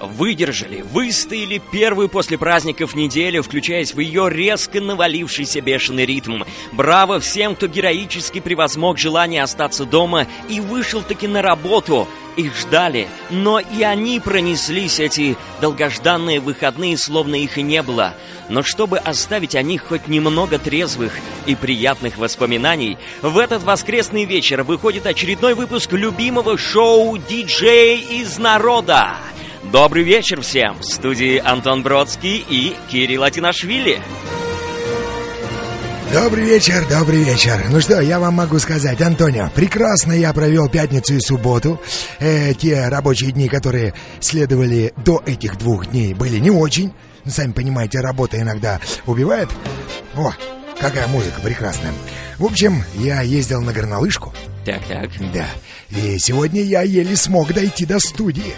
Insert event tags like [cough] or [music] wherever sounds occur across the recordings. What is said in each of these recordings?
выдержали, выстояли первую после праздников неделю, включаясь в ее резко навалившийся бешеный ритм. Браво всем, кто героически превозмог желание остаться дома и вышел таки на работу. Их ждали, но и они пронеслись, эти долгожданные выходные, словно их и не было. Но чтобы оставить о них хоть немного трезвых и приятных воспоминаний, в этот воскресный вечер выходит очередной выпуск любимого шоу «Диджей из народа». Добрый вечер всем! В студии Антон Бродский и Кирилл Атинашвили. Добрый вечер, добрый вечер. Ну что, я вам могу сказать, Антонио, прекрасно я провел пятницу и субботу. Э, те рабочие дни, которые следовали до этих двух дней, были не очень. Ну, сами понимаете, работа иногда убивает. О, какая музыка прекрасная. В общем, я ездил на горнолыжку. Так, так. Да. И сегодня я еле смог дойти до студии.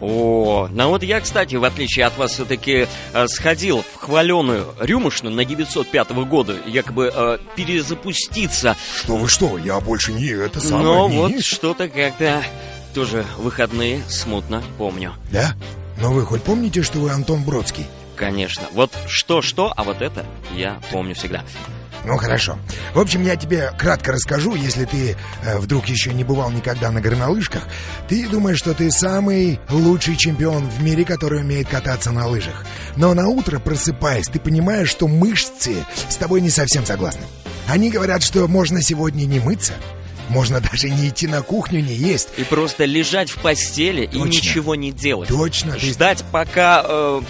О, ну вот я, кстати, в отличие от вас, все-таки сходил в хваленую рюмошную на 905 года, якобы э, перезапуститься. Что вы, что? Я больше не это самое. Но не- Ну вот что-то как-то тоже выходные смутно помню. Да? Но вы хоть помните, что вы Антон Бродский? Конечно. Вот что-что, а вот это я помню всегда. Ну хорошо. В общем, я тебе кратко расскажу, если ты э, вдруг еще не бывал никогда на горнолыжках, ты думаешь, что ты самый лучший чемпион в мире, который умеет кататься на лыжах. Но на утро, просыпаясь, ты понимаешь, что мышцы с тобой не совсем согласны. Они говорят, что можно сегодня не мыться, можно даже не идти на кухню, не есть. И просто лежать в постели и Точно. ничего не делать. Точно, ты Ждать, пока э,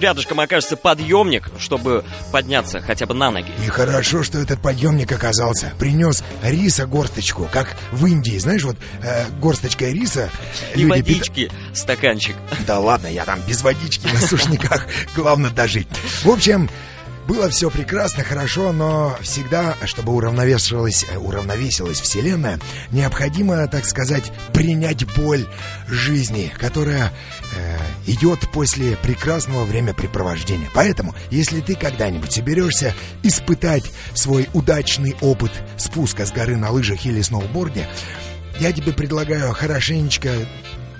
рядышком окажется подъемник, чтобы подняться хотя бы на ноги. И хорошо, что этот подъемник оказался. Принес риса горсточку, как в Индии. Знаешь, вот э, горсточка риса... И люди пит- водички, стаканчик. Да ладно, я там без водички на сушниках. Главное дожить. В общем, было все прекрасно, хорошо, но всегда, чтобы уравновешивалась, э, уравновесилась Вселенная, необходимо, так сказать, принять боль жизни, которая э, идет после прекрасного времяпрепровождения. Поэтому, если ты когда-нибудь соберешься испытать свой удачный опыт спуска с горы на лыжах или сноуборде, я тебе предлагаю хорошенечко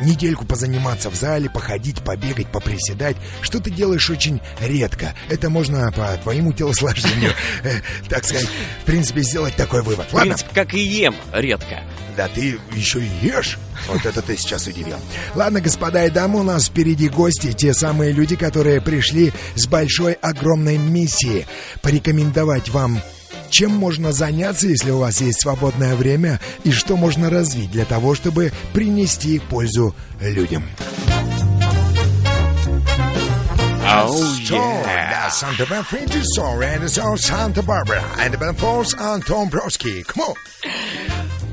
недельку позаниматься в зале, походить, побегать, поприседать. Что ты делаешь очень редко. Это можно по твоему [laughs] телосложению, э, так сказать, в принципе, сделать такой вывод. В Ладно? принципе, как и ем редко. Да ты еще и ешь. Вот это ты сейчас удивил. Ладно, господа и дамы, у нас впереди гости, те самые люди, которые пришли с большой, огромной миссией порекомендовать вам чем можно заняться, если у вас есть свободное время, и что можно развить для того, чтобы принести пользу людям. So, that's Santa Barbara, Fredericksburg, and it's all Santa Barbara, and the Falls, Anton Brodsky. Come on.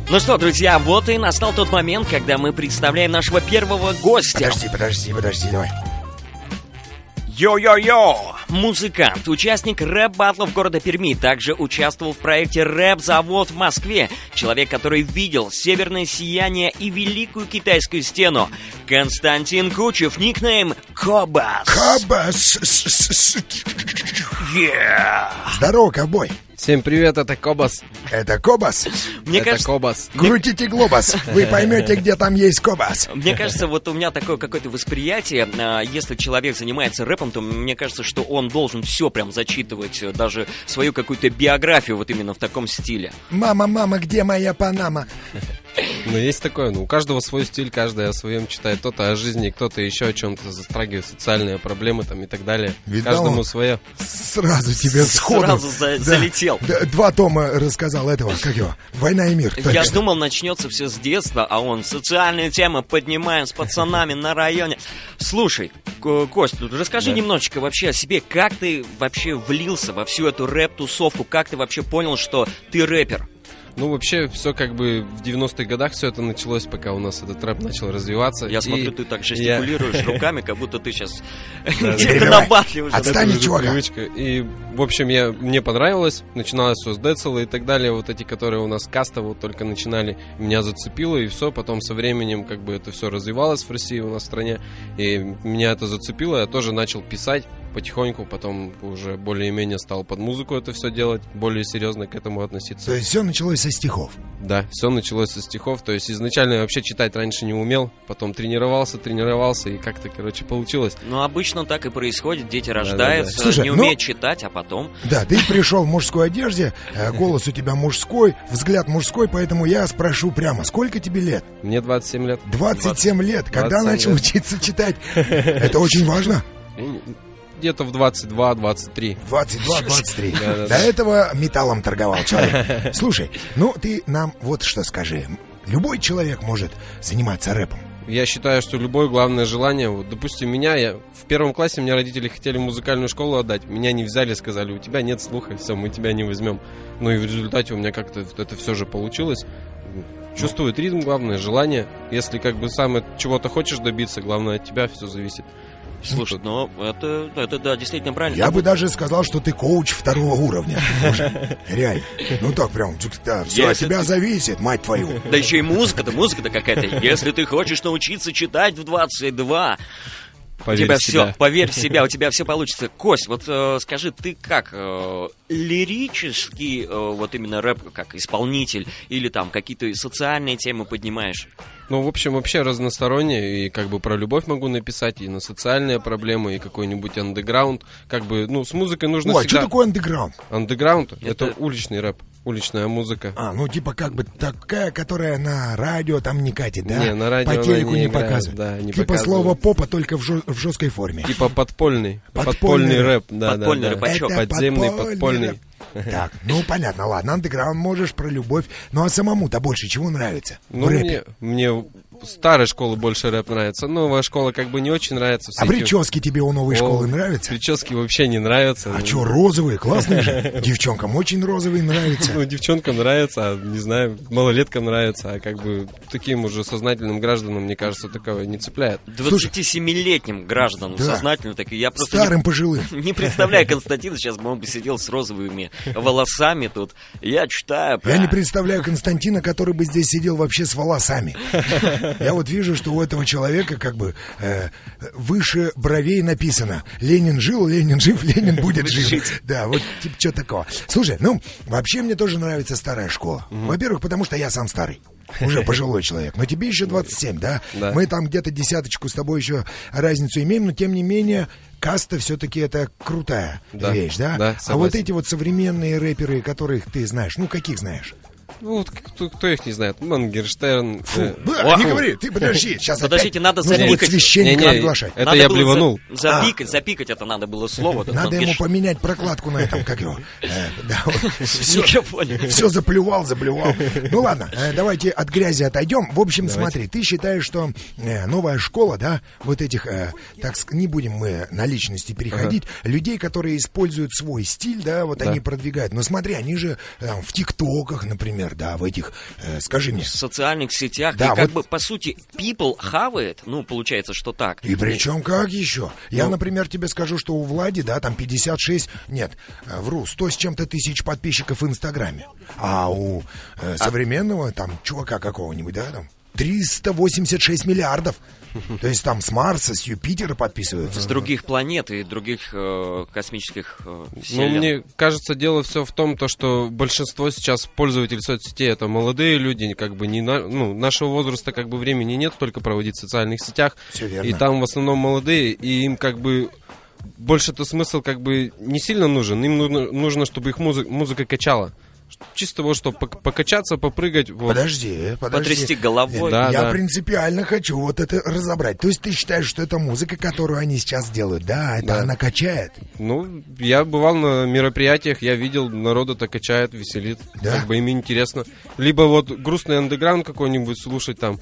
Ну что, друзья, вот и настал тот момент, когда мы представляем нашего первого гостя. Подожди, подожди, подожди, давай. Йо-йо-йо! Музыкант, участник рэп-баттлов города Перми, также участвовал в проекте «Рэп-завод» в Москве. Человек, который видел северное сияние и великую китайскую стену. Константин Кучев, никнейм Кобас. Кабас. С- с- с- Yeah. Здорово, ковбой. Всем привет, это Кобас. Это Кобас? Мне это кажется, Кобас. Крутите глобус, [laughs] вы поймете, где там есть Кобас. Мне кажется, вот у меня такое какое-то восприятие, а, если человек занимается рэпом, то мне кажется, что он должен все прям зачитывать, э, даже свою какую-то биографию вот именно в таком стиле. Мама, мама, где моя Панама? Ну, есть такое, ну, у каждого свой стиль, каждый о своем читает. Кто-то о жизни, кто-то еще о чем-то затрагивает, социальные проблемы там и так далее. Видал? Каждому свое. Сразу тебе сходу. Сразу за- Да. залетел. Д- Два тома рассказал этого, как его? «Война и мир». Я Только. ж думал, начнется все с детства, а он социальные темы поднимаем с пацанами на районе. Слушай, К- Кость, ну, расскажи немножечко вообще о себе, как ты вообще влился во всю эту рэп-тусовку, как ты вообще понял, что ты рэпер? Ну, вообще, все как бы в 90-х годах все это началось, пока у нас этот рэп начал развиваться. Я И смотрю, ты так я- жестикулируешь [laughs] руками, как будто ты сейчас [laughs] да. где-то Перебивай. на батле уже. Отстань. Это Стань уже чувака. привычка. И, в общем, я, мне понравилось. Начиналось все с Децела и так далее. Вот эти, которые у нас каста вот только начинали. Меня зацепило, и все. Потом со временем как бы это все развивалось в России, у нас в стране. И меня это зацепило. Я тоже начал писать. потихоньку потом уже более-менее стал под музыку это все делать, более серьезно к этому относиться. То есть все началось со стихов. Да, все началось со стихов. То есть изначально я вообще читать раньше не умел, потом тренировался, тренировался, и как-то, короче, получилось. Ну, обычно так и происходит. Дети да, да. рождаются, Слушай, не ну- умеют читать, а потом... Да, ты пришел в мужской одежде, э, голос у тебя мужской, взгляд мужской, поэтому я спрошу прямо, сколько тебе лет? Мне 27 лет. 27 лет. Когда 27 начал лет. учиться читать? Это очень важно. Ну, Где-то в 22-23. 22-23. [laughs] Да-да-да. До этого металлом торговал [laughs] человек. Слушай, ну ты нам вот что скажи. Любой человек может заниматься рэпом. Я считаю, что любое главное желание, вот, допустим, меня, я в первом классе мне родители хотели музыкальную школу отдать, меня не взяли, сказали, у тебя нет слуха, все, мы тебя не возьмем. Ну и в результате у меня как-то вот это все же получилось. Чувствует ритм, главное желание. Если как бы сам от чего-то хочешь добиться, главное от тебя все зависит. [laughs] Слушай, ну, это, это да, действительно правильно. Я бы даже сказал, что ты коуч второго уровня. [laughs] Уже. Реально. Ну так прям, да, все от Если тебя зависит, мать твою. Да еще и музыка-то, музыка-то какая-то. Если ты хочешь научиться читать в 22, у Поверь тебя в все, себя. поверь в себя, у тебя все получится. Кость, вот э, скажи, ты как э, лирический, э, вот именно рэп как исполнитель, или там какие-то социальные темы поднимаешь? Ну, в общем, вообще разносторонне, и как бы про любовь могу написать, и на социальные проблемы, и какой-нибудь андеграунд. Как бы, ну, с музыкой нужно Ой, а что всегда... такое андеграунд? Андеграунд — Это- это уличный рэп, уличная музыка. А, ну типа как бы такая, которая на радио там не катит, да? Не, на радио По она телеку не не, играет, показывает. да, не типа показывает. слово попа только в, жё- в жесткой форме. Типа подпольный. Подпольный Подпольный рэп. рэп, да, да, Подпольный да. рэп. Пачок. Подземный, подпольный. рэп. Так, ну понятно, ладно, андеграунд можешь про любовь. Ну а самому-то больше чего нравится? Ну, в рэпе. мне, мне старой школы больше рэп нравится. Новая школа как бы не очень нравится. все А эти прически тебе у новой О, школы нравятся? Прически вообще не нравятся. А чё, розовые, классные [laughs] же. Девчонкам очень розовые нравятся. Ну, девчонкам нравится, а, не знаю, малолеткам нравится, а как бы таким уже сознательным гражданам, мне кажется, такого не цепляет. 27-летним гражданам Да. сознательно так, и я просто не Старым пожилым. Не представляю, Константин сейчас бы он бы сидел с розовыми волосами тут. Я читаю. про- Я не представляю Константина, который бы здесь сидел вообще с волосами. Я вот вижу, что у этого человека как бы э, выше бровей написано «Ленин жил, Ленин жив, Ленин будет жив». Да, вот типа что такого. Слушай, ну, вообще мне тоже нравится старая школа. Во-первых, потому что я сам старый. Уже пожилой человек. Но тебе еще 27, да? Да. Мы там где-то десяточку с тобой еще разницу имеем, но тем не менее каста все-таки это крутая Да. вещь, да? а Да, вот согласен. эти вот современные рэперы, которых ты знаешь, ну каких знаешь? Ну, вот кто, кто их не знает? Мангерштерн. Фу, э, бля, не Фу. говори, ты [laughs] подожди, сейчас Подождите, надо нужно будет запикать. священника Не-не, э, отглашать. Это Надо я было блеванул. за- запикать, запикать это надо было слово. тут Надо [laughs] ему напиш- поменять прокладку на этом, как его. Э, Да, все, Микрофоне. [laughs] все заплювал, заплювал. Ну ладно, э, давайте от грязи отойдем. В общем, смотри, ты считаешь, что э, новая школа, да, вот этих, э, так ск- не будем мы на личности переходить, людей, которые используют свой стиль, да, вот они продвигают. Но смотри, они же э, там, в ТикТоках, например, да, в этих, э, скажи мне. в социальных сетях. Да, и как вот- бы, по сути, people хавает, ну, получается, что так. И причем как еще? Я, например, тебе скажу, что у Влади, да, там 56, нет, э, вру, 100 с чем-то тысяч подписчиков в Инстаграме. А у э, современного, там, чувака какого-нибудь, да, там, 386 миллиардов. То есть там с Марса, с Юпитера подписываются. С других планет и других э, космических э, Ну, вселен. мне кажется, дело все в том, то, что большинство сейчас пользователей соцсетей это молодые люди, как бы не на- ну, нашего возраста как бы времени нет только проводить в социальных сетях. Всё верно. И там в основном молодые, и им как бы больше-то смысл как бы не сильно нужен. Им нужно, нужно чтобы их музы- музыка качала. Чисто вот, чтобы пок- покачаться, попрыгать. вот. Подожди, подожди. Потрясти головой. Да, я да. принципиально хочу вот это разобрать. То есть ты считаешь, что это музыка, которую они сейчас делают? Да, это Да. она качает. Ну, я бывал на мероприятиях, я видел, народу это качает, веселит. Да? Как бы им интересно. Либо вот грустный андеграунд какой-нибудь слушать там,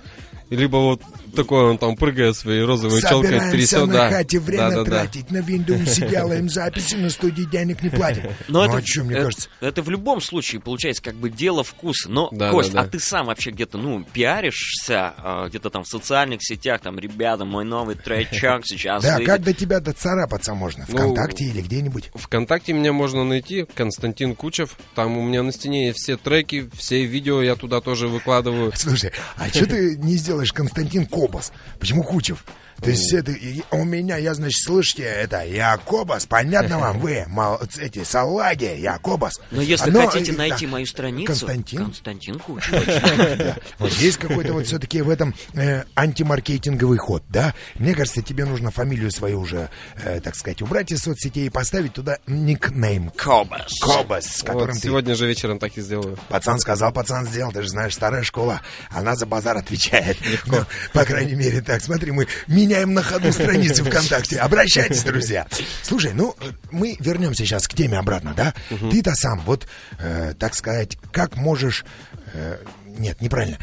либо вот такой он там прыгает своей розовой челкой, Собираемся трясет, на да. хате время да, да, да. тратить, на Windows делаем записи, на студии денег не платим. Но ну, это, а чё, мне э, кажется? это в любом случае получается как бы дело вкуса. Но, Да, Кость, да, а да. ты сам вообще где-то, ну, пиаришься, э, где-то там в социальных сетях, там, ребята, мой новый [laughs] тречок сейчас Да, выйдет». как до тебя доцарапаться можно? Вконтакте или где-нибудь? Вконтакте меня можно найти, Константин Кучев. Там у меня на стене есть все треки, все видео я туда тоже выкладываю. Слушай, а что ты не сделаешь Константин Кобас? Почему Кучев? То есть все это... и- У меня, я, значит, слышите, это Якобас, понятно вам? Вы, молодцы, эти салаги, Якобас. Но если Но, хотите э, найти да. мою страницу... Константин? Константин Кучер. Да. Вот есть какой-то вот все-таки в этом э, антимаркетинговый ход, да? Мне кажется, тебе нужно фамилию свою уже, э, так сказать, убрать из соцсетей и поставить туда никнейм Кобас. [laughs] Кобас, с которым Вот ты... сегодня же вечером так и сделаю. Пацан сказал, пацан сделал, ты же знаешь, старая школа, она за базар отвечает. Ну, по крайней мере, так, смотри, мы меняем на ходу страницы ВКонтакте. Обращайтесь, друзья. Слушай, ну, э, мы вернемся сейчас к теме обратно, да? Ты-то сам, вот, э, так сказать, как можешь... э, нет, неправильно.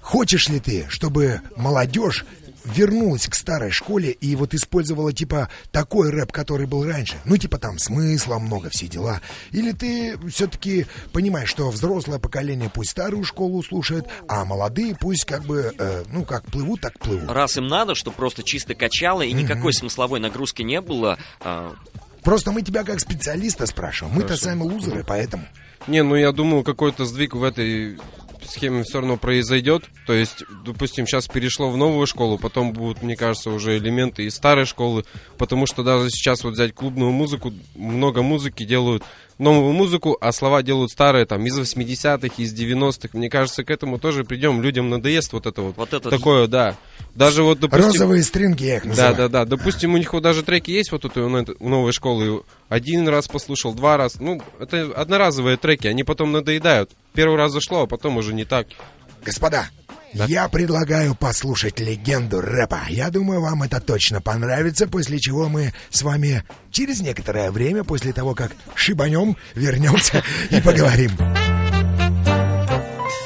Хочешь ли ты, чтобы молодежь вернулась к старой школе и вот использовала типа такой рэп, который был раньше? Ну, типа там смысла много, все дела. Или ты все-таки понимаешь, что взрослое поколение пусть старую школу слушает, а молодые пусть как бы, э, ну, как плывут, так плывут. Раз им надо, чтобы просто чисто качало и никакой смысловой нагрузки не было, а, Просто мы тебя как специалиста спрашиваем. Мы-то сами лузеры, поэтому... Не, ну я думаю, какой-то сдвиг в этой схеме все равно произойдет. То есть, допустим, сейчас перешло в новую школу, потом будут, мне кажется, уже элементы из старой школы, потому что даже сейчас вот взять клубную музыку, много музыки делают новую музыку, а слова делают старые, там, из 80-х, из 90-х. Мне кажется, к этому тоже придем. Людям надоест вот это вот. Вот это- Такое, да. Даже вот, допустим... Розовые стринги, я их Да, называю. да, да. Допустим, у них вот даже треки есть вот тут у но- у новой школы. Один раз послушал, два раз. Ну, это одноразовые треки, они потом надоедают. Первый раз зашло, а потом уже не так. Господа, Да. я предлагаю послушать легенду рэпа. Я думаю, вам это точно понравится, после чего мы с вами через некоторое время, после того, как шибанем, вернемся и поговорим.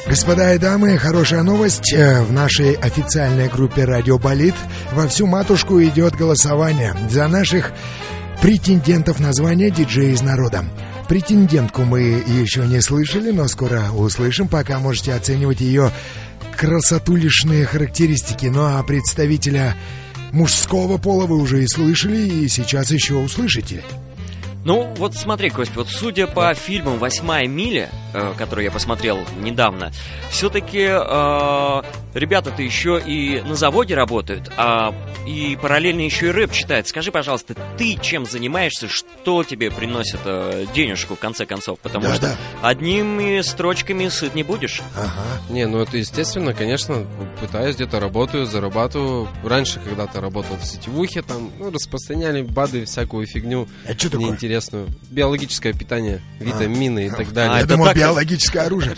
Господа и дамы, хорошая новость. Э, В нашей официальной группе «Радио Болит» во всю матушку идет голосование за наших претендентов на звание диджея из народа. Претендентку мы еще не слышали, но скоро услышим, пока можете оценивать ее красотулишные характеристики. Ну а представителя мужского пола вы уже и слышали, и сейчас еще услышите. Ну, вот смотри, Кость, вот судя по фильмам «Восьмая миля», э, который я посмотрел недавно, все-таки ребята-то еще и на заводе работают, а и параллельно еще и рэп читают. Скажи, пожалуйста, ты чем занимаешься, что тебе приносит э, денежку, в конце концов? Потому Да, что да. одними строчками сыт не будешь. Ага. Не, ну это естественно, конечно, пытаюсь, где-то работаю, зарабатываю. Раньше когда-то работал в сетевухе, там, ну, распространяли БАДы, всякую фигню А что такое? неинтересную. Биологическое питание, витамины и так А, далее. Я это думал, так- биологическое [laughs] оружие.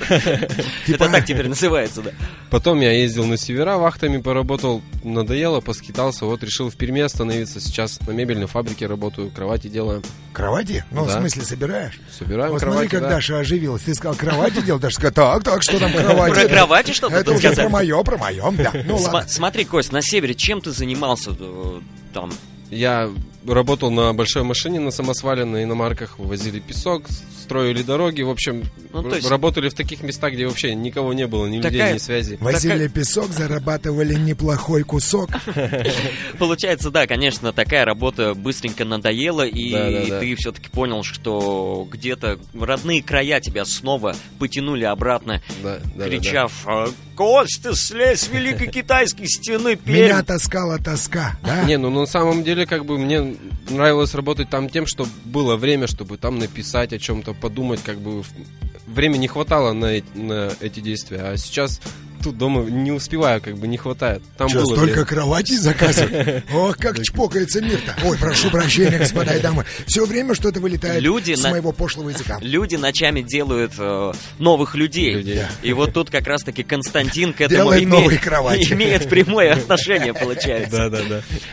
Типа- Это [laughs] так теперь называется, да. Потом я ездил на севера, вахтами поработал, надоело, поскитался, вот решил в Перми остановиться. Сейчас на мебельной фабрике работаю, кровати делаем, Кровати? Ну, в Да. смысле, собираешь? собираем Вот смотри, кровати. как да. Даша оживилась. Ты сказал, кровати делал? Даша сказала, так, так, что там кровати? Про кровати что-то Ну, А Это тут уже про сказать. мое, про мое, да. Ну ладно. Смотри, Кость, на севере чем ты занимался э, там? Я работал на большой машине на самосвале, на иномарках, возили песок, строили дороги, в общем, Ну, то р- есть- работали в таких местах, где вообще никого не было, ни Такая- людей, ни связи. Возили песок, зарабатывали неплохой кусок. Получается, да, конечно, такая работа быстренько надоела, и Да-да-да. ты все-таки понял, что где-то родные края тебя снова потянули обратно, Да, да, да, кричав «А, «Костя, слезь с Великой Китайской стены, Пермь!» Меня таскала тоска, да. да? Не, ну на самом деле, как бы мне нравилось работать там тем, что было время, чтобы там написать о чем-то, подумать, как бы в- времени не хватало на, эт- на эти действия, а сейчас тут дома не успеваю, как бы не хватает. Там Что, было столько время. кроватей заказывают? Ох, как чпокается мир-то. Ой, прошу прощения, господа и дамы. Все время что-то вылетает Люди с на- моего пошлого языка. Люди ночами делают э, новых людей. Людей. Да. И вот тут как раз-таки Константин к этому Делаем имеет, [laughs] новые кровати. имеет прямое отношение, получается. Да, да,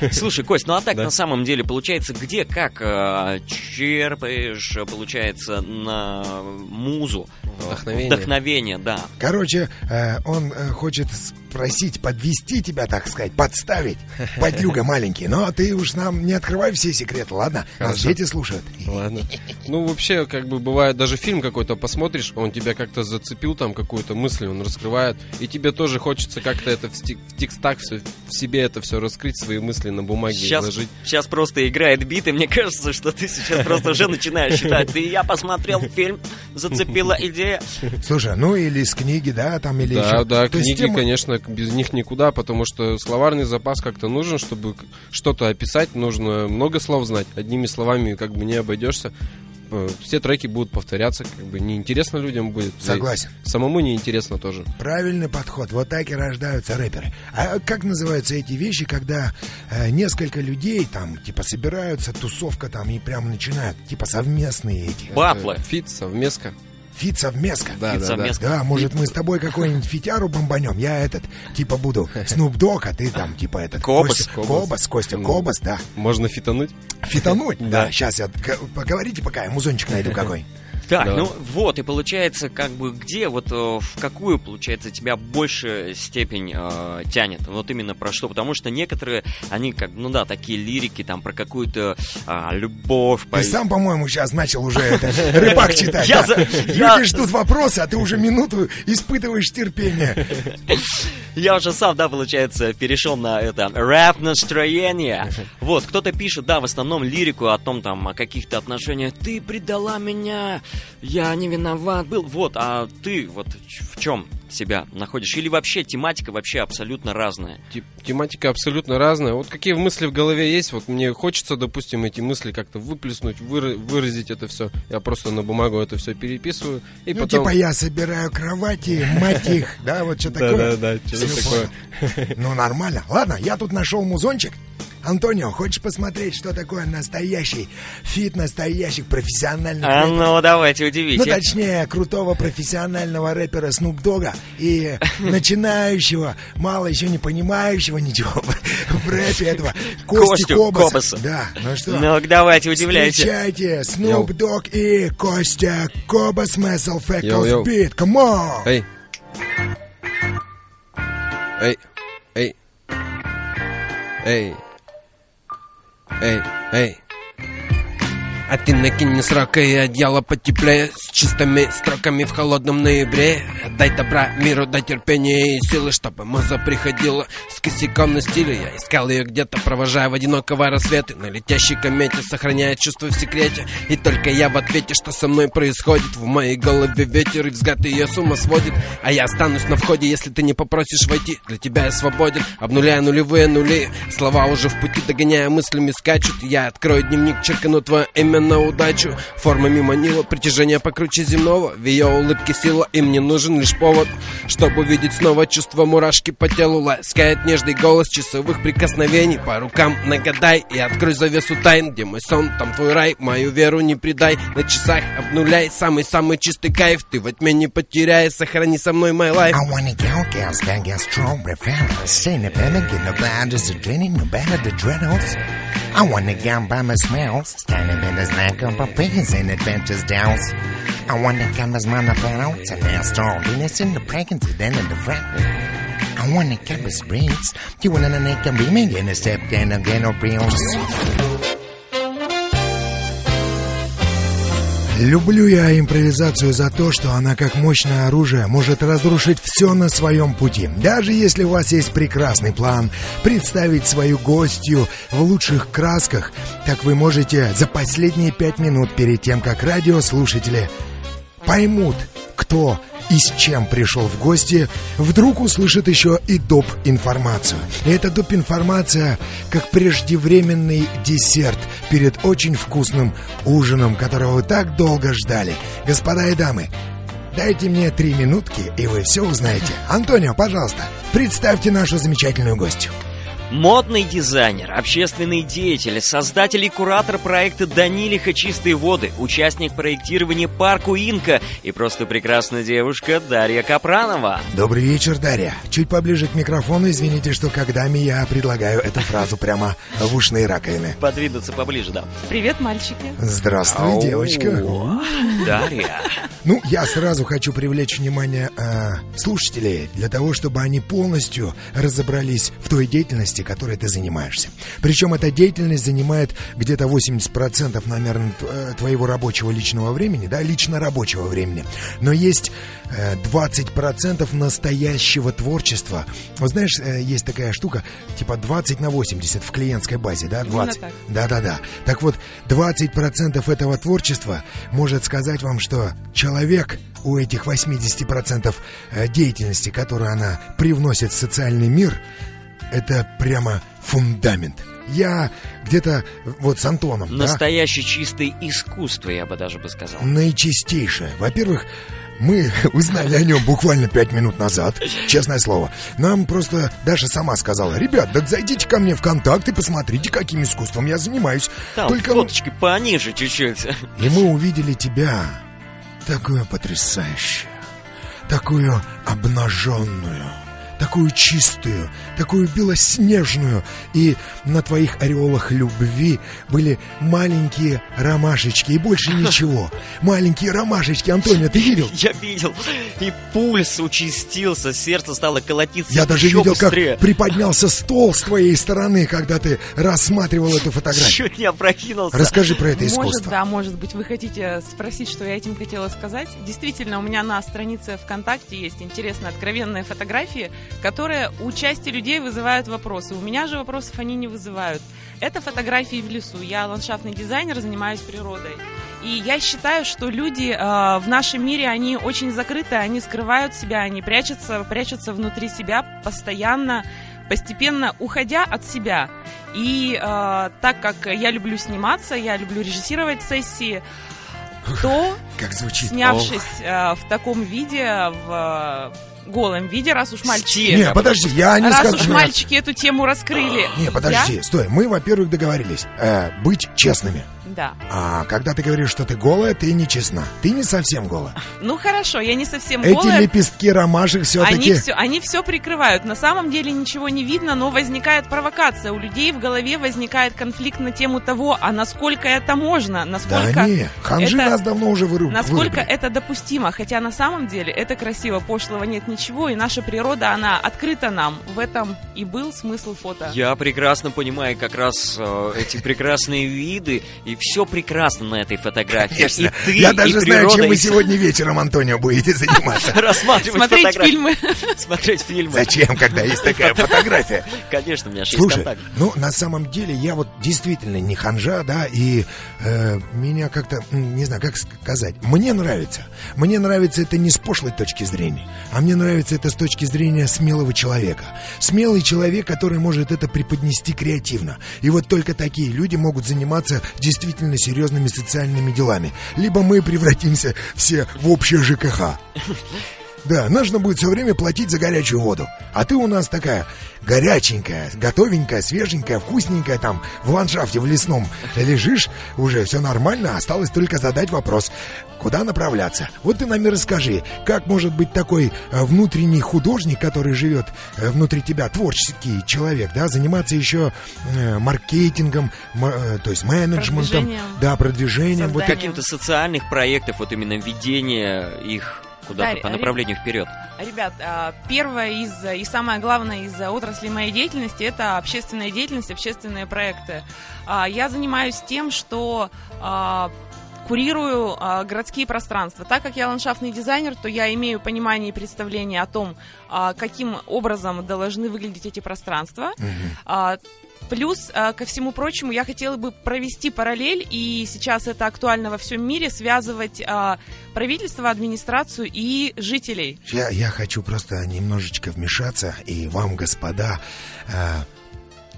да. Слушай, Кость, ну а так Да. на самом деле получается, где как э, черпаешь, э, получается, на музу? Вдохновение. Вдохновение, да. Короче, э, он э, хочет спросить, подвести тебя, так сказать, [laughs] подставить. Подлюга маленький. Но ты уж нам не открывай все секреты, ладно? Нас Хорошо. дети слушают. Ладно. Ну, вообще, как бы бывает, даже фильм какой-то посмотришь, он тебя как-то зацепил, там какую-то мысль он раскрывает, и тебе тоже хочется как-то это в, сти- в текстах, всё- в себе это все раскрыть, свои мысли на бумаге Сейчас, изложить. сейчас просто играет бит, и мне кажется, что ты сейчас просто уже начинаешь считать. Ты, я посмотрел фильм, зацепила идея. Слушай, ну или из книги, да, там или Да, еще. да, То есть книги, тема- конечно, язык, без них никуда, потому что словарный запас как-то нужен, чтобы к- что-то описать, нужно много слов знать. Одними словами как бы не обойдешься. Э, Все треки будут повторяться, как бы неинтересно людям будет. Да и Согласен. Самому неинтересно тоже. Правильный подход. Вот так и рождаются рэперы. А как называются эти вещи, когда э, несколько людей там, типа, собираются, тусовка там, и прям начинают, типа, совместные эти. Батлы. Э, Фит, совместка. Фит совместка. Да, Фит да, совместка. Да, может, мы с тобой какой-нибудь фитяру бомбанем. Я этот, типа, [laughs] буду Снуп Дог, а ты там, типа, этот... Кобас, Костя- Кобас. Кобас, Костя, Ну. Кобас, да. да. Можно фитануть. Фитануть, да. Да. Сейчас я... к- Поговорите пока, я музончик найду [laughs] какой. Так, Да. ну вот, и получается, как бы где, вот э, в какую, получается, тебя больше степень э, тянет? Вот именно про что? Потому что некоторые, они как, ну да, такие лирики, там, про какую-то а, любовь. Ты поют. сам, по-моему, сейчас начал [laughs] уже это, рыбак читать. Я да. за- я- Люди ждут вопросы, а ты уже минуту испытываешь терпение. Я уже сам, да, получается, перешел на это рэп настроение. Вот, кто-то пишет, да, в основном лирику о том, там, о каких-то отношениях. Ты предала меня, я не виноват был. Вот, а ты вот ч- в чем себя находишь? Или вообще тематика вообще абсолютно разная? Те- Тематика абсолютно разная. Вот какие мысли в голове есть, вот мне хочется, допустим, эти мысли как-то выплеснуть, выра- выразить это все. Я просто на бумагу это все переписываю. И Ну, потом... типа, я собираю кровати, мать их, да, вот что да, да, такое. да, типа что-то Всё такое. понял. Ну, нормально. Ладно, я тут нашел музончик. Антонио, хочешь посмотреть, что такое настоящий фит настоящих профессиональных А рэперов? ну, давайте, Ну, удивите. точнее, крутого профессионального рэпера Snoop Дога [laughs] и начинающего, мало еще не понимающего ничего в рэпе этого Кости Костю Кобаса. Кобаса. Да, ну что? Ну-ка, давайте, удивляйте. Встречайте, Snoop Dogg и Костя Кобас, Muscle Feckles Йоу-йоу. Beat, come on! Эй. Эй. Эй. Эй. Эй. Эй. А ты накинь мне срока и одеяло потеплее С чистыми строками в холодном ноябре Дай добра миру, дай терпения и силы Чтобы муза приходила с косяком на стиле Я искал ее где-то, провожая в одинокого рассвета На летящей комете, сохраняя чувство в секрете И только я в ответе, что со мной происходит В моей голове ветер и взгляд ее с ума сводит А я останусь на входе, если ты не попросишь войти Для тебя я свободен, обнуляя нулевые нули Слова уже в пути, догоняя мыслями скачут Я открою дневник, черкану твое имя на удачу Формами манила, притяжение покруче земного В ее улыбке сила, и мне нужен лишь повод Чтобы увидеть снова чувство мурашки по телу Ласкает нежный голос часовых прикосновений По рукам нагадай и открой завесу тайн Где мой сон, там твой рай, мою веру не предай На часах обнуляй, самый-самый чистый кайф Ты во тьме не потеряй, сохрани со мной my life I wanna go, girls, gang, girls, strong, profound. I say no better, get no blinders, the dreading, no better, the dreadles. I wanna go by my smells, standing in the snack of a peas and adventures downs. I wanna come as man of pounds, and now strong, in the pregnancy, then in the frat. I wanna come as brains, you wanna make a beaming, and a step down again, or brilliance. Люблю я импровизацию за то, что она как мощное оружие может разрушить все на своем пути. Даже если у вас есть прекрасный план представить свою гостью в лучших красках, так вы можете за последние пять минут перед тем, как радиослушатели поймут, кто и с чем пришел в гости, вдруг услышит еще и доп. информацию. И эта доп. информация как преждевременный десерт перед очень вкусным ужином, которого вы так долго ждали. Господа и дамы, дайте мне три минутки, и вы все узнаете. Антонио, пожалуйста, представьте нашу замечательную гостью. Модный дизайнер, общественный деятель, создатель и куратор проекта Данилиха «Чистые воды», участник проектирования парку «Инка» и просто прекрасная девушка Дарья Капранова. Добрый вечер, Дарья. Чуть поближе к микрофону, извините, что годами я предлагаю эту фразу прямо в ушные раковины. Подвинуться поближе, [laughs] да. Привет, мальчики. Здравствуй, Ау. девочка. Дарья. Ну, я сразу хочу привлечь внимание э, слушателей для того, чтобы они полностью разобрались в той деятельности, деятельности, которой ты занимаешься. Причем эта деятельность занимает где-то 80% наверное тв- э, твоего рабочего личного времени, да, лично рабочего времени. Но есть э, 20% настоящего творчества. Вот знаешь, э, есть такая штука, типа 20 на 80 в клиентской базе, да, Именно 20. так. Да-да-да. Так вот, 20% этого творчества может сказать вам, что человек у этих 80% э, деятельности, которую она привносит в социальный мир, это прямо фундамент. Я где-то э, вот с Антоном, да, Настоящее чистое искусство, я бы даже бы сказал. наичистейшее. Во-первых, мы [laughs] узнали о нем буквально пять минут назад, честное слово. Нам просто Даша сама сказала, ребят, так зайдите ко мне в контакт и посмотрите, каким искусством я занимаюсь. Там Только фоточки пониже чуть-чуть. [laughs] И мы увидели тебя такую потрясающую, такую обнаженную, такую чистую, такую белоснежную. И на твоих ореолах любви были маленькие ромашечки и [laughs] больше ничего. Маленькие ромашечки, Антония, ты видел? Я видел, и пульс участился, сердце стало колотиться Я даже еще видел, быстрее. как приподнялся стол с твоей стороны, когда ты рассматривал эту фотографию. Чуть не опрокинулся. Расскажи про это Может, искусство. да, может быть, вы хотите спросить, что я этим хотела сказать. Действительно, у меня на странице ВКонтакте есть интересные откровенные фотографии, которые у части людей вызывают вопросы. У меня же вопросов они не вызывают. Это фотографии в лесу. Я ландшафтный дизайнер, занимаюсь природой. И я считаю, что люди э, в нашем мире, они очень закрыты, они скрывают себя, они прячутся, прячутся внутри себя постоянно, постепенно уходя от себя. И э, так как я люблю сниматься, я люблю режиссировать сессии, [laughs] то, Как звучит? снявшись э, в таком виде, в э, голом виде, раз уж мальчики... Не, подожди, я не Раз скажу. уж мальчики эту тему раскрыли. [gasps] Не, подожди, стой. Мы, во-первых, договорились э, быть честными. я- да. А когда ты говоришь, что ты голая, ты не честна. Ты не совсем голая. Ну хорошо, я не совсем Эти голая. лепестки ромашек все-таки... Они все, они все прикрывают. На самом деле ничего не видно, но возникает провокация. У людей в голове возникает конфликт на тему того, а насколько это можно, насколько Да не, ханжи это- нас давно уже вырубили. Насколько это допустимо, хотя на самом деле это красиво, пошлого нет ничего, и наша природа, она открыта нам. В этом и был смысл фото. Я прекрасно понимаю как раз э, эти прекрасные виды, и все прекрасно на этой фотографии. И ты, Я даже и знаю, природа, чем вы и- сегодня вечером, Антонио, будете [laughs] заниматься. [laughs] Рассматривать Смотреть фотографии. фильмы. Смотреть фильмы. Зачем, когда есть такая фотография? Конечно, у меня шесть Слушай, контактов. ну на самом деле я вот действительно не ханжа, да, и э, меня как-то, м, не знаю, как сказать, мне нравится. Мне нравится это не с пошлой точки зрения, а мне нравится это с точки зрения смелого человека. Смелый человек, который может это преподнести креативно. И вот только такие люди могут заниматься действительно серьезными социальными делами. Либо мы превратимся все в общее ЖКХ. Да, нужно будет все время платить за горячую воду. А ты у нас такая горяченькая, готовенькая, свеженькая, вкусненькая там в ландшафте в лесном лежишь, уже все нормально, осталось только задать вопрос, куда направляться. Вот ты нам и расскажи, как может быть такой э, внутренний художник, который живет э, внутри тебя, творческий человек, да, заниматься еще э, маркетингом, м- э, то есть менеджментом, Продвижением. да, продвижением. Вот Созданием. Каким-то социальных проектов, вот именно введение их куда-то Да, по ре- направлению вперед. Ребят, а, первое из и самое главное из отрасли моей деятельности это общественная деятельность, общественные проекты. А, Я занимаюсь тем, что а, курирую а, городские пространства. Так как я ландшафтный дизайнер, то я имею понимание и представление о том, а, каким образом должны выглядеть эти пространства. Мгм. А, Плюс, а, ко всему прочему, я хотела бы провести параллель, и сейчас это актуально во всем мире, связывать а, правительство, администрацию и жителей. Я, я хочу просто немножечко вмешаться и вам, господа, э,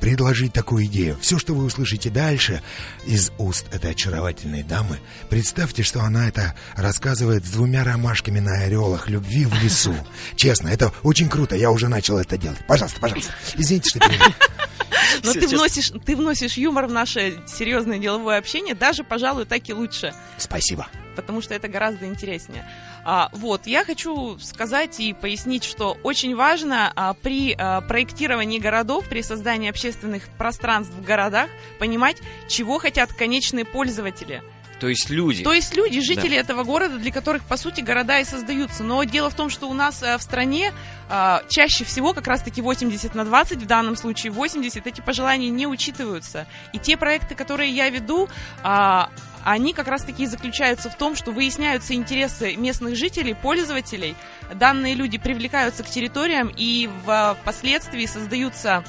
предложить такую идею. Все, что вы услышите дальше из уст этой очаровательной дамы, представьте, что она это рассказывает с двумя ромашками на орелах любви в лесу. [laughs] Честно, это очень круто, я уже начал это делать. Пожалуйста, пожалуйста. Извините, что перебиваю. Но Все ты честно. вносишь, ты вносишь юмор в наше серьезное деловое общение, даже, пожалуй, так и лучше, [laughs] Спасибо. потому что это гораздо интереснее. А, вот, я хочу сказать и пояснить, что очень важно а, при а, проектировании городов, при создании общественных пространств в городах понимать, чего хотят конечные пользователи. То есть люди. То есть люди, жители этого города, для которых, по сути, города и создаются. Но дело в том, что у нас э, в стране э, чаще всего как раз-таки 80 на 20, в данном случае 80, эти пожелания не учитываются. И те проекты, которые я веду, а, они как раз-таки и заключаются в том, что выясняются интересы местных жителей, пользователей. Данные люди привлекаются к территориям и а, впоследствии создаются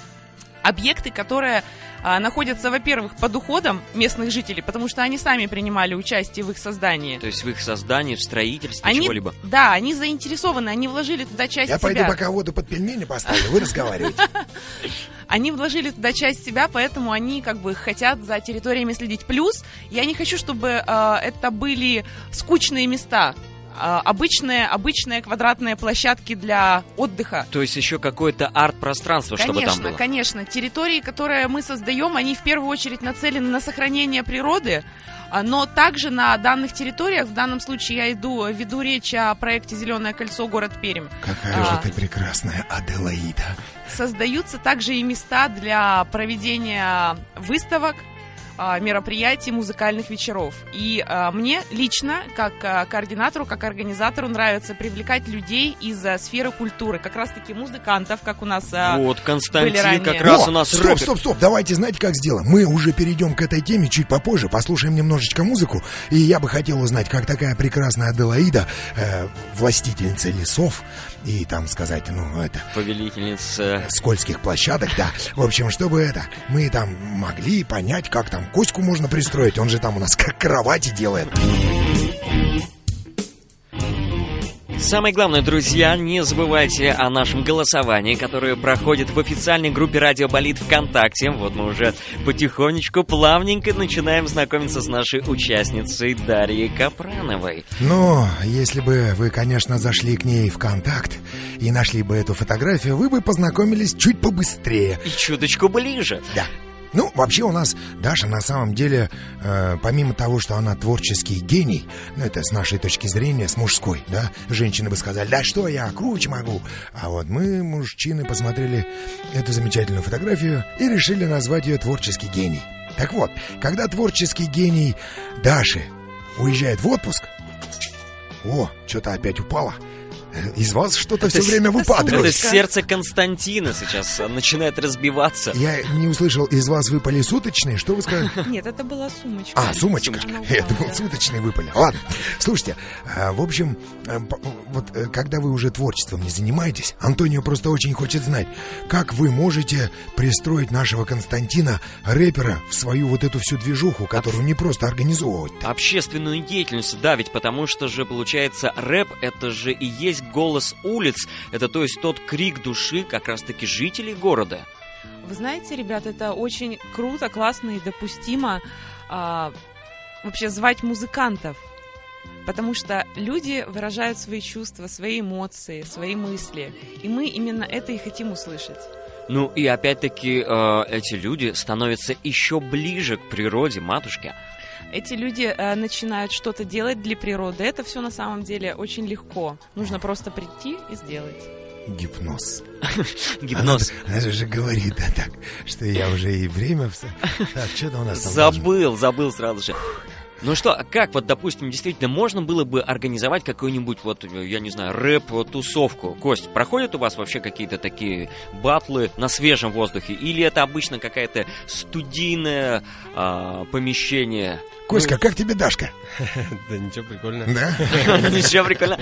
объекты, которые а, находятся, во-первых, под уходом местных жителей, потому что они сами принимали участие в их создании. То есть в их создании, в строительстве Они- чего-либо. Да, они заинтересованы, они вложили туда часть Я себя. пойду пока воду под пельмени поставлю, вы разговариваете. Они вложили туда часть себя, поэтому они как бы хотят за территориями следить. Плюс я не хочу, чтобы э, это были скучные места, э, обычные, обычные квадратные площадки для отдыха. То есть еще какое-то арт-пространство, чтобы там Конечно, было. конечно. Территории, которые мы создаем, они в первую очередь нацелены на сохранение природы, а, но также на данных территориях, в данном случае я иду, веду речь о проекте «Зеленое кольцо. Город Пермь», [laughs] Какая А. же ты прекрасная Аделаида. создаются также и места для проведения выставок, а, мероприятий, музыкальных вечеров. И а, мне лично, как а, координатору, как организатору, нравится привлекать людей из а, сферы культуры, как раз-таки музыкантов, как у нас... а, Вот, были Константин ранее. как раз у О, нас стоп, рэпер. стоп, стоп, давайте, знаете, как сделаем? Мы уже перейдем к этой теме чуть попозже, послушаем немножечко музыку, и я бы хотел узнать, как такая прекрасная Аделаида, э, властительница лесов, и там сказать, ну, это, Повелительница. скользких площадок, да. В общем, чтобы это, мы там могли понять, как там Коську можно пристроить, он же там у нас как кровати делает. Самое главное, друзья, не забывайте о нашем голосовании, которое проходит в официальной группе Радио Болит ВКонтакте. Вот мы уже потихонечку, плавненько начинаем знакомиться с нашей участницей Дарьей Капрановой. Но если бы вы, конечно, зашли к ней в контакт и нашли бы эту фотографию, вы бы познакомились чуть побыстрее. И чуточку ближе. Да. Ну, вообще у нас Даша на самом деле, э, помимо того, что она творческий гений, ну это с нашей точки зрения, с мужской, да, женщины бы сказали, да что я, круче могу. А вот мы, мужчины, посмотрели эту замечательную фотографию и решили назвать ее творческий гений. Так вот, когда творческий гений Даши уезжает в отпуск, о, что-то опять упало. Э, Из вас что-то все с- время выпадает. Это сердце Константина сейчас э, начинает разбиваться. Я не услышал, из вас выпали суточные, что вы сказали? Нет, это была сумочка. А, сумочка. [laughs] Сумочка. Я думал, суточные выпали. Ладно. Слушайте, а, в общем, э, по- вот э, когда вы уже творчеством не занимаетесь, Антонио просто очень хочет знать, как вы можете пристроить нашего Константина, рэпера, в свою вот эту всю движуху, которую не просто организовывать. Общественную деятельность, да, ведь потому что же получается рэп это же и есть голос улиц, это то есть тот крик души как раз таки жителей города. Вы знаете, ребят, это очень круто, классно и допустимо а, вообще звать музыкантов. Потому что люди выражают свои чувства, свои эмоции, свои мысли. И мы именно это и хотим услышать. Ну и опять-таки э, эти люди становятся еще ближе к природе матушке. Эти люди э, начинают что-то делать для природы. Это все на самом деле очень легко. Нужно просто прийти и сделать. Гипноз. Гипноз Она, она же говорит, да, так, что я уже и время... вс- Так, что-то у нас там... должно- забыл, забыл сразу же. Ну что, а как вот, допустим, действительно можно было бы организовать какую-нибудь, вот, э, я не знаю, рэп-тусовку? Кость, проходят у вас вообще какие-то такие батлы на свежем воздухе? Или это обычно какая-то студийное а, помещение? [laughs] Коська, как тебе Дашка? Да ничего, прикольно. Да? Ничего прикольно.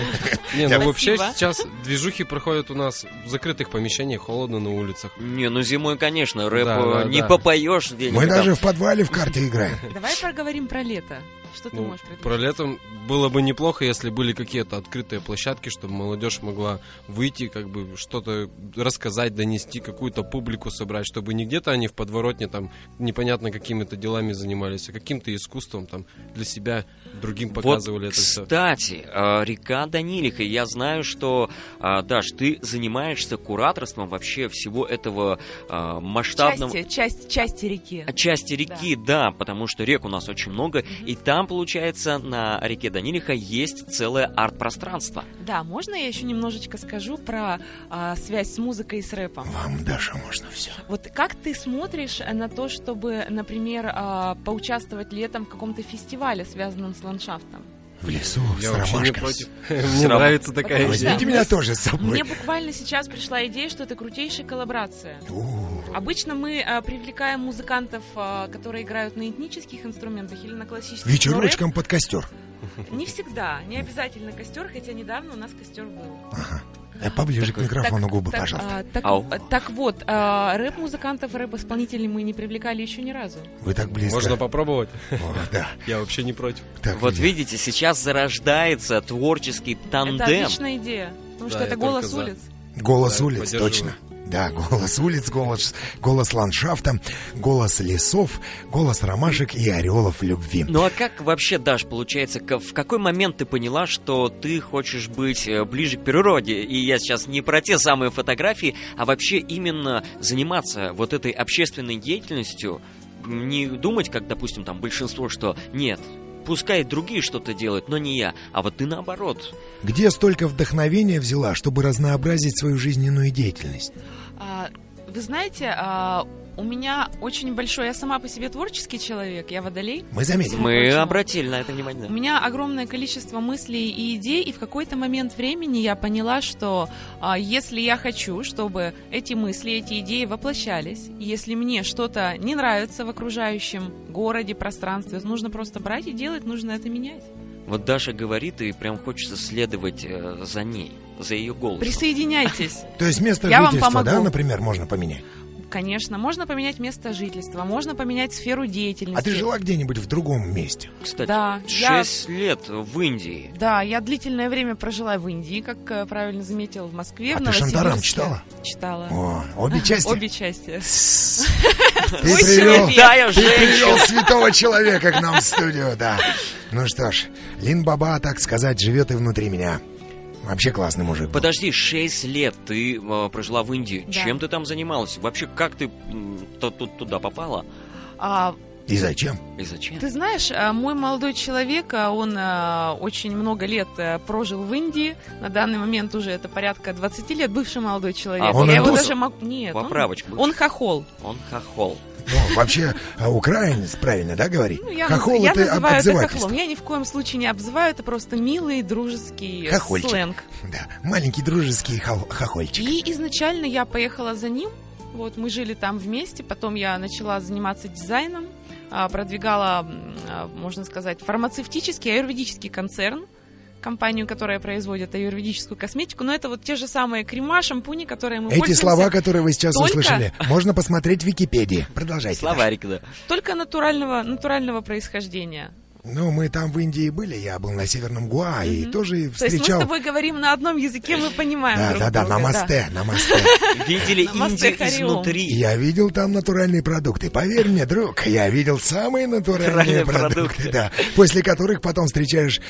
Не, Да. ну вообще Спасибо. сейчас движухи проходят у нас в закрытых помещениях, холодно на улицах. Не, ну зимой, конечно, рэп Да, да, э, не да. попоешь где-нибудь. Мы там. даже в подвале в карты играем. Давай поговорим про лето. Что ты Ну, можешь предложить? про летом было бы неплохо, если были какие-то открытые площадки, чтобы молодежь могла выйти, как бы что-то рассказать, донести, какую-то публику собрать, чтобы не где-то они в подворотне там непонятно какими-то делами занимались, а каким-то искусством там для себя другим показывали вот, это все. Кстати, э, река Данилиха, я знаю, что, э, Даш, ты занимаешься кураторством вообще всего этого э, масштабного... А части, часть, части реки. Части реки, да. потому что рек у нас очень много, и Там, получается, на реке Данилиха есть целое арт-пространство. Да, можно я еще немножечко скажу про а, связь с музыкой и с рэпом? Вам, Даша, можно все. Вот как ты смотришь на то, чтобы, например, а, поучаствовать летом в каком-то фестивале, связанном с ландшафтом? В лесу, Я с вообще не ромашкой. против. С Мне ром- нравится такая Потому что- идея. Возьмите А меня тоже с собой. Э, Мне буквально сейчас пришла идея, что это крутейшая коллабрация. У, Обычно мы а, привлекаем музыкантов, а, которые играют на этнических инструментах или на классических. но Вечерочком под костер. рэп Не всегда, не обязательно костер, хотя недавно у нас костер был. Э, Поближе к микрофону Так, губы, так, пожалуйста. а, так, Ау. а, так вот, а, рэп-музыкантов, рэп-исполнителей мы не привлекали еще ни разу. Вы так близко. Можно попробовать? О, да. Я вообще не против. Так, Вот я- видите, сейчас зарождается творческий Это тандем. отличная идея, потому что Да, это я только голос за. улиц. Голос Да, улиц, поддерживаю. точно. Да, голос улиц, голос, голос ландшафта, голос лесов, голос ромашек и орелов любви. Ну а как вообще, Даш, получается, ка- в какой момент ты поняла, что ты хочешь быть э, ближе к природе? И я сейчас не про те самые фотографии, а вообще именно заниматься вот этой общественной деятельностью, М, не думать, как, допустим, там большинство, что нет, пускай другие что-то делают, но не я, а вот ты наоборот. Где столько вдохновения взяла, чтобы разнообразить свою жизненную деятельность? А, Вы знаете, а, у меня очень большой, я сама по себе творческий человек, я водолей. Мы заметили. Мы Ну, Почему? обратили на это У внимание. меня огромное количество мыслей и идей, и в какой-то момент времени я поняла, что а, если я хочу, чтобы эти мысли, эти идеи воплощались, если мне что-то не нравится в окружающем городе, пространстве, нужно просто брать и делать, нужно это менять. Вот Даша говорит, и прям хочется следовать э, за ней, за ее голосом. Присоединяйтесь. То есть место Я вам жительства, да, помогу. например, можно поменять. Конечно, можно поменять место жительства, можно поменять сферу деятельности. А ты жила где-нибудь в другом месте? А Кстати, Да, я- шесть лет в Индии. Да, я длительное время прожила в Индии, как э, правильно заметил, в Москве. А в ты Шантарам Новосибирске. читала? Читала. О, обе части. Обе части. Тссс. Ты Ой, привел, человек. Да, я ты женщина. привел святого человека к нам в студию, да. Ну что ж, Лин Баба, так сказать, живет и внутри меня. Вообще классный мужик. был. Подожди, 6 лет ты э, прожила в Индии. Да. Чем ты там занималась? Вообще, как ты м, ту- ту- туда попала? А, И зачем? И зачем? ты знаешь, а, мой молодой человек, а, он а, очень много лет э, прожил в Индии. На данный момент уже это порядка 20 лет, бывший молодой человек. А, он я его индус? даже мог... Нет, он... Поправочка. он хохол. Он хохол. Ну, вообще, а, украинец, правильно, да, говори? Ну, я, Хохол наз- я это об- называю это обзывательство. хохлом. Я ни в коем случае не обзываю, это просто милый дружеский э, Хохольчик. сленг. Да, маленький дружеский хол- хохольчик. И изначально я поехала за ним. Вот мы жили там вместе, потом я начала заниматься дизайном, а, продвигала, м, а, можно сказать, фармацевтический, аюрведический концерн, компанию, которая производит аюрведическую косметику. Но это вот те же самые крема, шампуни, которые мы Эти пользуемся. слова, которые вы сейчас только- услышали, можно посмотреть в Википедии. Продолжайте. Даша. Словарик, [laughs] да. Только натурального, натурального происхождения. Ну, мы там в Индии были, я был на Северном Гуа и Мгм. тоже То есть мы с встречал... тобой говорим на одном языке, мы понимаем Да, друг да, да, друга, намасте, намасте. Видели Намасте, Индию Хариом. изнутри. Я видел там натуральные продукты. Поверь мне, друг, я видел самые натуральные Натуральные продукты, продукты. да. После которых потом встречаешь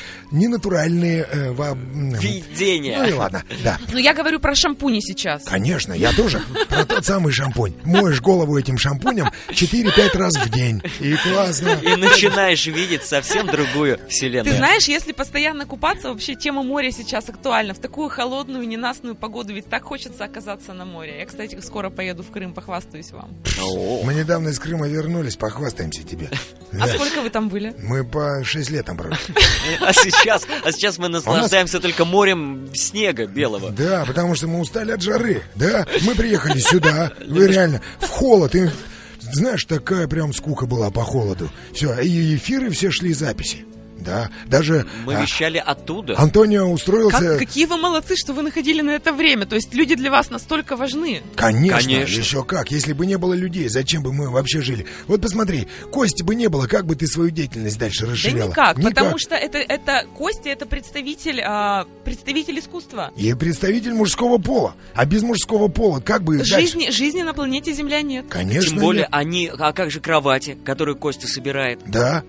ненатуральные... э, во- м, Видение. Ну и ладно, да. Но я говорю про шампуни сейчас. Конечно, я тоже. Про тот самый шампунь. Моешь голову этим шампунем 4-5 раз в день. И классно. И начинаешь видеть совсем другую Ты вселенную. знаешь, если постоянно купаться, вообще тема моря сейчас актуальна. В такую холодную, ненастную погоду ведь так хочется оказаться на море. Я, кстати, скоро поеду в Крым, похвастаюсь вам. О, Мы недавно из Крыма вернулись, похвастаемся тебе. Да. А сколько вы там были? Мы по 6 лет там прожили. А сейчас, а сейчас мы наслаждаемся только морем снега белого. Да, потому что мы устали от жары. Да, мы приехали сюда, вы реально, в холод. И, знаешь, такая прям скука была по холоду. Все, и эфиры все шли записи. Да, даже Мы а, вещали оттуда. Антонио Как- устроился... какие вы молодцы, что вы находили на это время. То есть люди для вас настолько важны. Конечно, Конечно. еще как. Если бы не было людей, зачем бы мы вообще жили? Вот посмотри, Кости бы не было, как бы ты свою деятельность дальше расширяла? Да никак, потому что это, это Костя, это представитель, а, представитель искусства. И представитель мужского пола. А без мужского пола как бы дальше? Жизни, жизни на планете Земля нет. Конечно, Тем более нет. они... А как же кровати, которые Костя собирает? Да.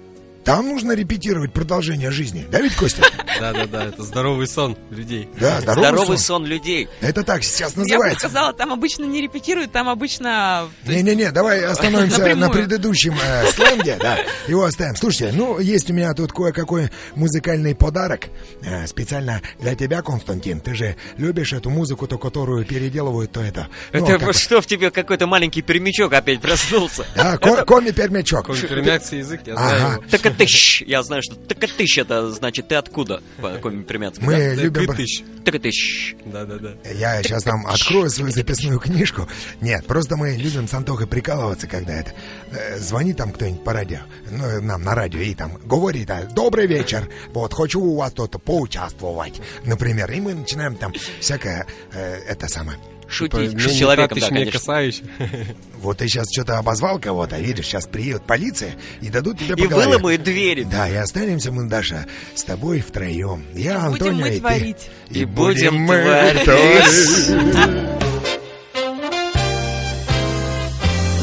Там нужно репетировать продолжение жизни. Да ведь, [laughs] Костя? Да-да-да, это здоровый сон людей. Да, здоровый, Здоровый сон. сон людей. Это так сейчас Я бы называется. сказала, там обычно не репетируют, там обычно... то есть Не-не-не, [laughs] давай остановимся на Напрямую. предыдущем э, сленге, да, его оставим. Слушайте, ну, есть у меня тут кое-какой музыкальный подарок, э, специально для тебя, Константин. Ты же любишь эту музыку, то которую переделывают, то это... ну, Это как вот бы- что в тебе какой-то маленький пермячок опять проснулся? Да, ко- [laughs] коми-пермячок. Компермякс язык, я Ага. знаю его. Токотыщ. Я знаю, что токотыщ это значит ты откуда? По какому-нибудь Мы Да и любим... Типа, притыщ. Токотыщ. Да-да-да. Я [laughs] сейчас там открою свою записную книжку. Нет, просто мы любим с Антохой прикалываться, когда это. Э, Звони там кто-нибудь по радио, ну, нам на радио, и там говорит, а, добрый вечер, вот, хочу у вас тут поучаствовать, например. И мы начинаем там всякое, э, это самое. Шутить Типа, с «Ну, не человеком, катыш, да, не конечно. касаюсь. Вот ты сейчас что-то обозвал кого-то, а видишь, сейчас приедет полиция и дадут тебе по И голове. выломают двери. Да, и останемся мы, Даша, с тобой втроем. Я, Антония Будем и мы ты. творить. И будем творить.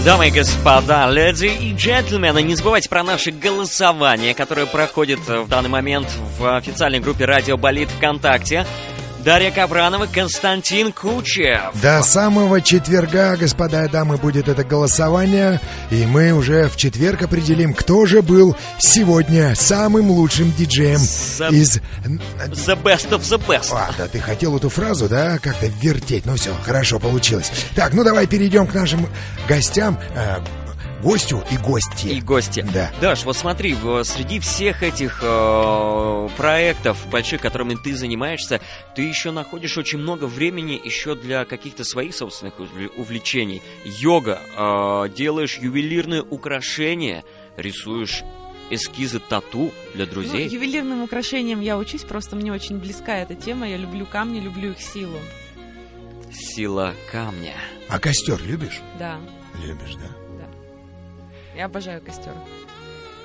Дамы и господа, леди и джентльмены, не забывайте про наше голосование, которое проходит э, в данный момент в официальной группе «Радио Болит» ВКонтакте. Дарья Капранова, Константин Кучев. До самого четверга, господа и дамы, будет это голосование, и мы уже в четверг определим, кто же был сегодня самым лучшим диджеем За- из... The best of the best. А, да ты хотел эту фразу, да, как-то вертеть. Ну все, хорошо, получилось. Так, ну давай перейдем к нашим гостям, э, гостю и гости. И гости. Да. Даш, вот смотри, в- среди всех этих э, проектов больших, которыми ты занимаешься, ты еще находишь очень много времени еще для каких-то своих собственных увл- увлечений. Йога, э, делаешь ювелирные украшения, рисуешь эскизы тату для Ну, друзей. ювелирным украшением я учусь, просто мне очень близка эта тема. Я люблю камни, люблю их силу. Сила камня. А костер любишь? Да, Любишь, да. я обожаю костер.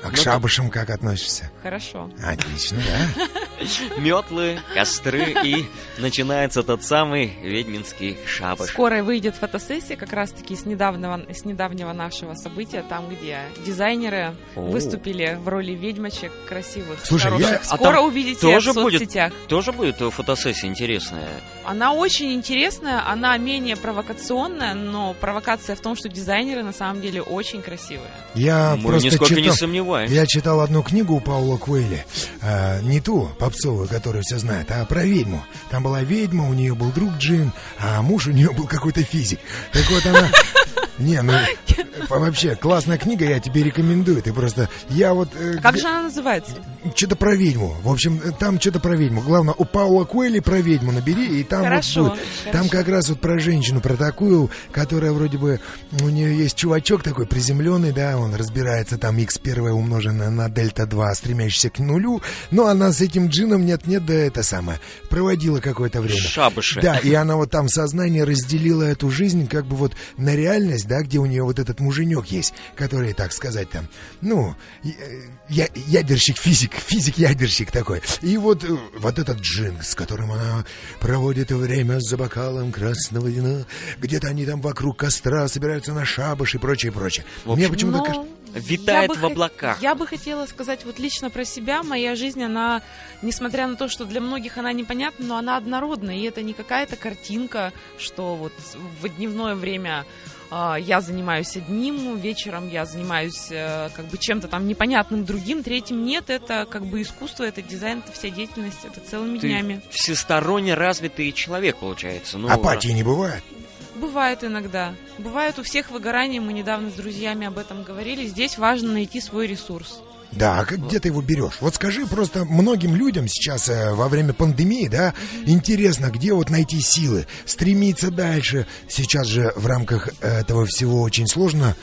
А Ну, к шабашам как относишься? Хорошо. Отлично, Ну, да? Метлы, костры и начинается тот самый ведьминский шабаш. Скоро выйдет фотосессия, как раз-таки с недавнего, с недавнего нашего события, там, где дизайнеры О. выступили в роли ведьмочек красивых, Слушай, хороших. я- А Скоро там увидите тоже в будет? соцсетях. Тоже будет э, фотосессия интересная. Она очень интересная, она менее провокационная, но провокация в том, что дизайнеры на самом деле очень красивые. Я Мы А, просто нисколько не читал- сомневаемся. Я читал одну книгу у Паула Куэля, э, не ту попсовую, которую все знают, а про ведьму. Там была ведьма, у нее был друг Джин, а муж у нее был какой-то физик. Так вот [laughs] она... Не, ну э, вообще классная книга, я тебе рекомендую. Ты просто, я вот э, А Как же она называется? что-то про ведьму. В общем, э, там что-то про ведьму. Главное, у Паула Куэля про ведьму набери, и там вот Хорошо. будет. хорошо. Там как раз вот про женщину, про такую, которая вроде бы, у нее есть чувачок такой приземленный, да, он разбирается там x1 умноженное на дельта 2, стремящийся к нулю, но она с этим джином нет-нет, да это самое, проводила какое-то время. Шабаши. Да, и она вот там сознание разделила эту жизнь как бы вот на реальность, да, где у нее вот этот муженек есть, который, так сказать, там, ну, э, я, ядерщик, физик, физик-ядерщик такой. И вот, э, вот этот джин, с которым она проводит время за бокалом красного вина, где-то они там вокруг костра собираются на шабаш и прочее, прочее. В ну, Мне почему-то Но кажется... Витает я бы в хот- облаках. Я бы хотела сказать вот лично про себя. Моя жизнь, она, несмотря на то, что для многих она непонятна, но она однородна. И это не какая-то картинка, что вот в дневное время а, я занимаюсь одним, вечером я занимаюсь э, как бы чем-то там непонятным другим, третьим нет. Это как бы искусство, это дизайн, это вся деятельность, это целыми Ты днями. всесторонне развитый человек, получается. Ну, Апатии не бывает. Бывает иногда. Бывает у всех выгорание, мы недавно с друзьями об этом говорили. Здесь важно найти свой ресурс. Да, а как- где ты его берешь? Вот скажи просто многим людям сейчас э, во время пандемии, да, интересно, где вот найти силы, стремиться дальше. Сейчас же в рамках этого всего очень сложно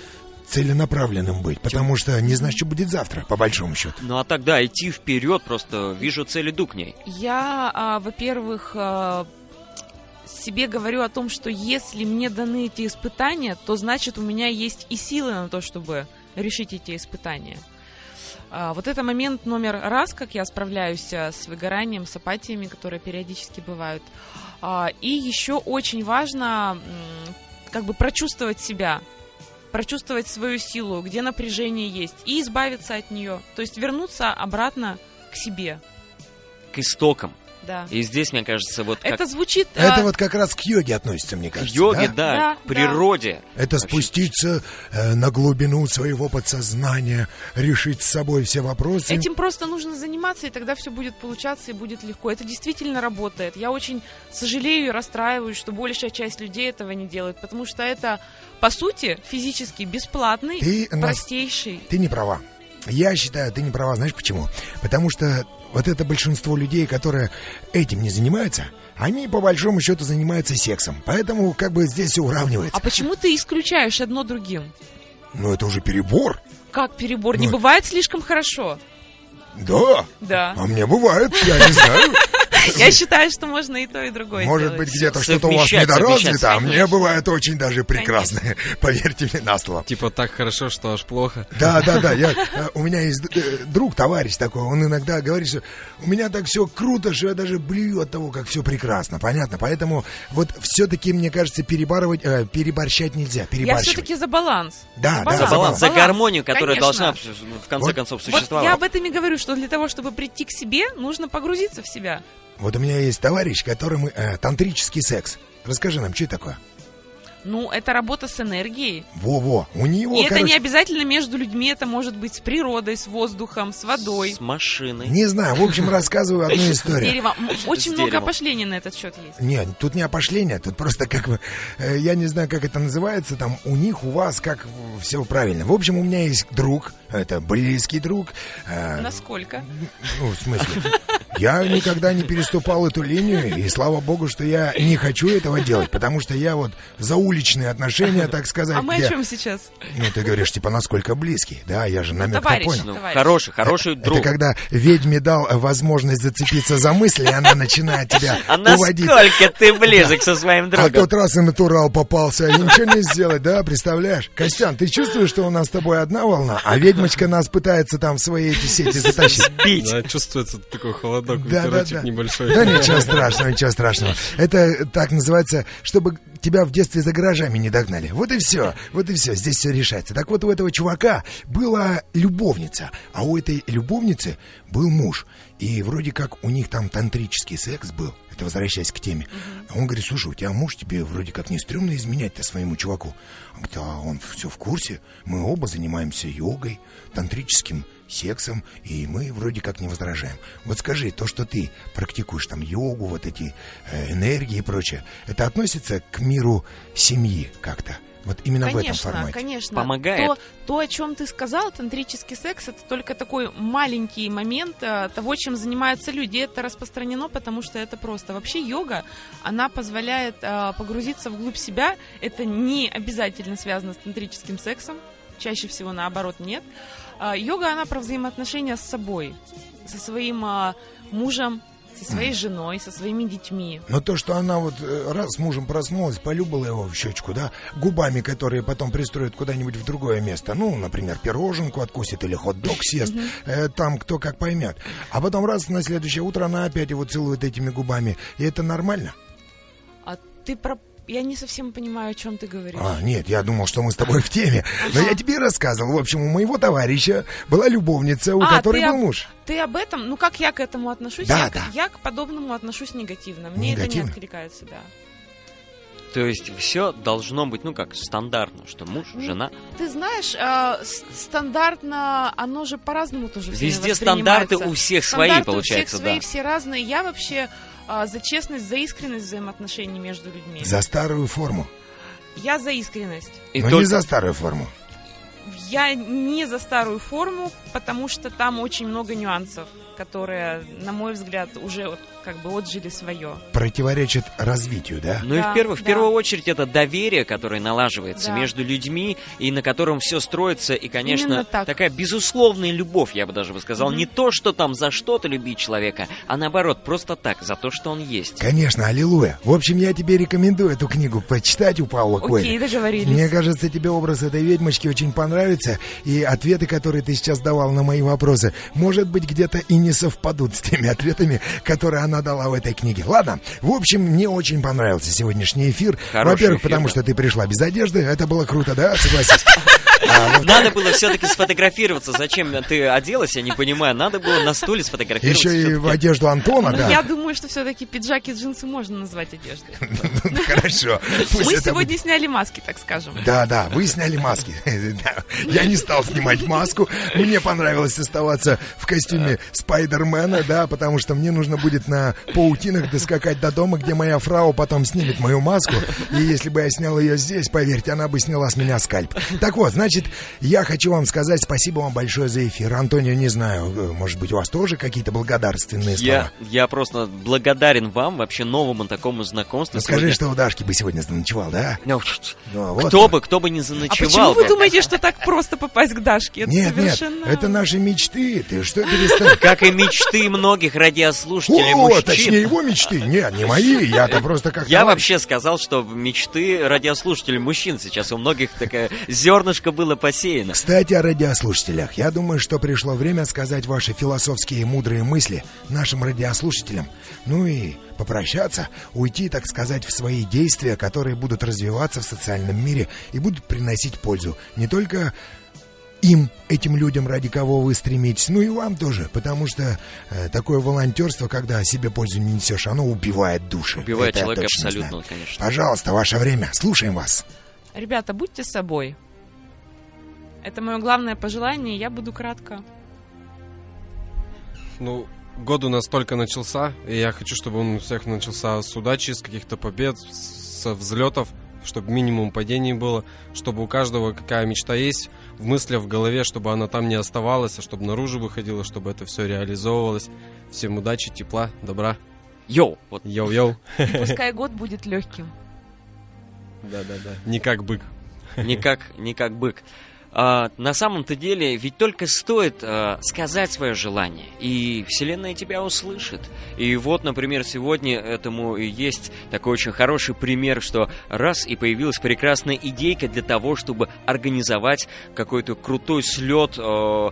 целенаправленным быть, потому что не знаешь, что будет завтра, по большому счету. Ну а тогда идти вперед, просто вижу цель, иду к ней. Я, а, во-первых, а, себе говорю о том, что если мне даны эти испытания, то значит у меня есть и силы на то, чтобы решить эти испытания. А, Вот это момент номер раз, как я справляюсь а, с выгоранием, с апатиями, которые периодически бывают. А, И еще очень важно м, как бы прочувствовать себя. прочувствовать свою силу, где напряжение есть, и избавиться от нее. То есть вернуться обратно к себе. к истокам. Да. И здесь, мне кажется, вот как Это звучит... э, Это вот как раз к йоге относится, мне к кажется. йоге, да? да, Да, к природе. Это Вообще. спуститься э, на глубину своего подсознания, решить с собой все вопросы. Этим просто нужно заниматься, и тогда все будет получаться и будет легко. Это действительно работает. Я очень сожалею и расстраиваюсь, что большая часть людей этого не делает, потому что это, по сути, физически бесплатный, Ты нас простейший. Ты не права. Я считаю, ты не права, знаешь почему? Потому что вот это большинство людей, которые этим не занимаются, они по большому счету занимаются сексом. Поэтому как бы здесь все уравнивается. А почему ты исключаешь одно другим? Ну это уже перебор. Как перебор? Не Ну, бывает слишком хорошо. Да. [laughs] Да. А мне бывает, я не знаю. Я считаю, что можно и то, и другое Может сделать. быть, где-то что-то у вас Совмещать, совмещать, недоразвито, а мне конечно. бывает очень даже прекрасно. [laughs] Поверьте мне на слово. [laughs] Типа так хорошо, что аж плохо. Да, да, да. Я, э, у меня есть э, друг, товарищ такой, он иногда говорит, что у меня так все круто, что я даже блюю от того, как все прекрасно. Понятно. Поэтому вот все-таки, мне кажется, перебарывать, э, переборщать нельзя. Я Перебарщивать. все-таки за баланс. За Да, да, за баланс, баланс. за гармонию, которая должна Конечно. в конце Вот- концов Вот я существовать. об этом и говорю, что для того, чтобы прийти к себе, нужно погрузиться в себя. Вот у меня есть товарищ, которому э, тантрический секс. Расскажи нам, что это такое? Ну, это работа с энергией. Во-во. У него, И это короче, не обязательно между людьми, это может быть с природой, с воздухом, с водой, С машиной. не знаю. В общем, рассказываю [laughs] одну с историю. деревом. М, Очень много деревом. опошлений на этот счет есть. Нет, тут не опошление, тут просто как бы, э, я не знаю, как это называется, там у них, у вас, как все правильно. В общем, у меня есть друг, это близкий друг. э, Насколько? ну, в смысле, я никогда не переступал эту линию, и слава богу, что я не хочу этого делать, потому что я вот за уличные отношения, так сказать. А мы где- о чем сейчас? Ну, ты говоришь, типа, насколько близкий, да, я же намек товарищ. понял. Ну, Товарищ. хороший, хороший друг. Это когда ведьме дал э, возможность зацепиться за мысли, и она начинает тебя А уводить. насколько ты близок со своим А другом? тот раз и натурал попался, и ничего не сделать, да, представляешь? Костян, ты чувствуешь, что у нас с тобой одна волна, а ведьмочка нас пытается там в свои эти сети затащить? Бить. Да, чувствуется такой холодок, Да, да, ветерочек да. небольшой. [laughs] Да ничего страшного, ничего страшного. Это так называется, чтобы тебя в детстве за гаражами не догнали. Вот и все, вот и все, здесь все решается. Так вот, у этого чувака была любовница, а у этой любовницы был муж. И вроде как у них там тантрический секс был. Это возвращаясь к теме. А Он говорит, слушай, у тебя муж тебе вроде как не стрёмно изменять-то своему чуваку. Он говорит, а он все в курсе. Мы оба занимаемся йогой, тантрическим сексом, и мы вроде как не возражаем. Вот скажи, то, что ты практикуешь там йогу, вот эти э, энергии и прочее, это относится к миру семьи как-то? Вот именно в этом Конечно, формате. конечно. Помогает. То, то, о чем ты сказал, тантрический секс, это только такой маленький момент э, того, чем занимаются люди. Это распространено, потому что это просто. Вообще йога, она позволяет э, погрузиться вглубь себя. Это не обязательно связано с тантрическим сексом. Чаще всего наоборот нет. А, Йога, она про взаимоотношения с собой, со своим а, мужем, со своей женой, со своими детьми. Но то, что она вот э, раз с мужем проснулась, полюбала его в щечку, да, губами, которые потом пристроят куда-нибудь в другое место, ну, например, пироженку откусит или хот-дог съест, э, там кто как поймет. А потом раз на следующее утро она опять его целует этими губами, и это нормально? А ты про... Я не совсем понимаю, о чем ты говоришь. А, нет, я думал, что мы с тобой в теме. Но я тебе рассказывал, в общем, у моего товарища была любовница, у А, которой ты был об- муж. Ты об этом, ну как я к этому отношусь? Да, я, к- да. я к подобному отношусь негативно. Мне это Негативно? не откликается, да. То есть все должно быть, ну как, стандартно, что муж, Ну, жена. Ты знаешь, э, с- стандартно, оно же по-разному тоже всеми Везде воспринимается. стандарты у всех свои, Стандарты у получается, всех свои, да. все разные. Я вообще э, за честность, за искренность взаимоотношений между людьми. За старую форму. Я за искренность. И Но не только- за старую форму. Я не за старую форму, потому что там очень много нюансов, которые, на мой взгляд, уже вот как бы отжили свое. Противоречит развитию, да? Ну и в, Да, первую, в да. первую очередь это доверие, которое налаживается Да. между людьми и на котором все строится. И, конечно, Именно так. такая безусловная любовь, я бы даже бы сказал. Мгм. Не то, что там за что-то любить человека, а наоборот, просто так, за то, что он есть. Конечно, аллилуйя. В общем, я тебе рекомендую эту книгу почитать у Паула Окей, Коэля. договорились. Мне кажется, тебе образ этой ведьмочки очень понравится, и ответы, которые ты сейчас давал на мои вопросы, может быть, где-то и не совпадут с теми ответами, которые она дала в этой книге. Ладно, в общем, мне очень понравился сегодняшний эфир. Хороший Во-первых, эфир, потому да. что ты пришла без одежды, это было круто, [laughs] да, согласись? А, ну, Надо было все-таки сфотографироваться. Зачем ты оделась, я не понимаю. Надо было на стуле сфотографироваться. Еще и в всё-таки. одежду Антона, Ну, да? Я думаю, что все-таки пиджаки и джинсы можно назвать одеждой. [laughs] [laughs] Хорошо. [laughs] Пусть Мы это будет. сегодня сняли маски, так скажем. Да, да, вы сняли маски. [laughs] Да. Я не стал снимать маску. Мне понравилось оставаться в костюме Спайдермена, да, потому что мне нужно будет на паутинах доскакать до дома, где моя фрау потом снимет мою маску. И если бы я снял ее здесь, поверьте, она бы сняла с меня скальп. Так вот, значит, я хочу вам сказать спасибо вам большое за эфир. Антонио, не знаю, э, может быть, у вас тоже какие-то благодарственные Я, слова? я просто благодарен вам, вообще новому такому знакомству. Ну, Скажи, Сегодня- что у Дашки бы сегодня заночевал, да? Ну, Ну, вот кто бы, кто бы не А заночевал. почему вы бы. думаете, что так просто попасть к Дашке? Это Нет, нет, совершенно... это наши мечты. Ты что перестань? Как и мечты многих радиослушателей О, мужчин. точнее его мечты. Нет, не мои, я-то просто как Я товарищ. вообще сказал, что мечты радиослушателей мужчин сейчас у многих такая зернышко было посеяно. Кстати, о радиослушателях. Я думаю, что пришло время сказать ваши философские и мудрые мысли нашим радиослушателям. Ну и попрощаться, уйти, так сказать, в свои действия, которые будут развиваться в социальном мире и будут приносить пользу не только им, этим людям, ради кого вы стремитесь, ну и вам тоже, потому что э, такое волонтерство, когда себе пользу не несешь, оно убивает души. Убивает Это я человека точно абсолютно, знаю. конечно. Пожалуйста, ваше время. Слушаем вас. Ребята, будьте собой. Это мое главное пожелание, я [laughs] буду кратко. Ну, год у нас только начался, и я хочу, чтобы он у всех начался с удачи, с каких-то побед, с- со взлетов, чтобы минимум падений было, чтобы у каждого какая мечта есть, в мыслях, в голове, чтобы она там не оставалась, а чтобы наружу выходила, чтобы это все реализовывалось. Всем удачи, тепла, добра. Йоу, вот Йоу-йоу. И пускай год будет легким. Да-да-да. Не как бык. не как, не как бык. А, на самом-то деле, ведь только стоит а, сказать свое желание, и Вселенная тебя услышит. И вот, например, сегодня этому и есть такой очень хороший пример, что раз и появилась прекрасная идейка для того, чтобы организовать какой-то крутой слет э,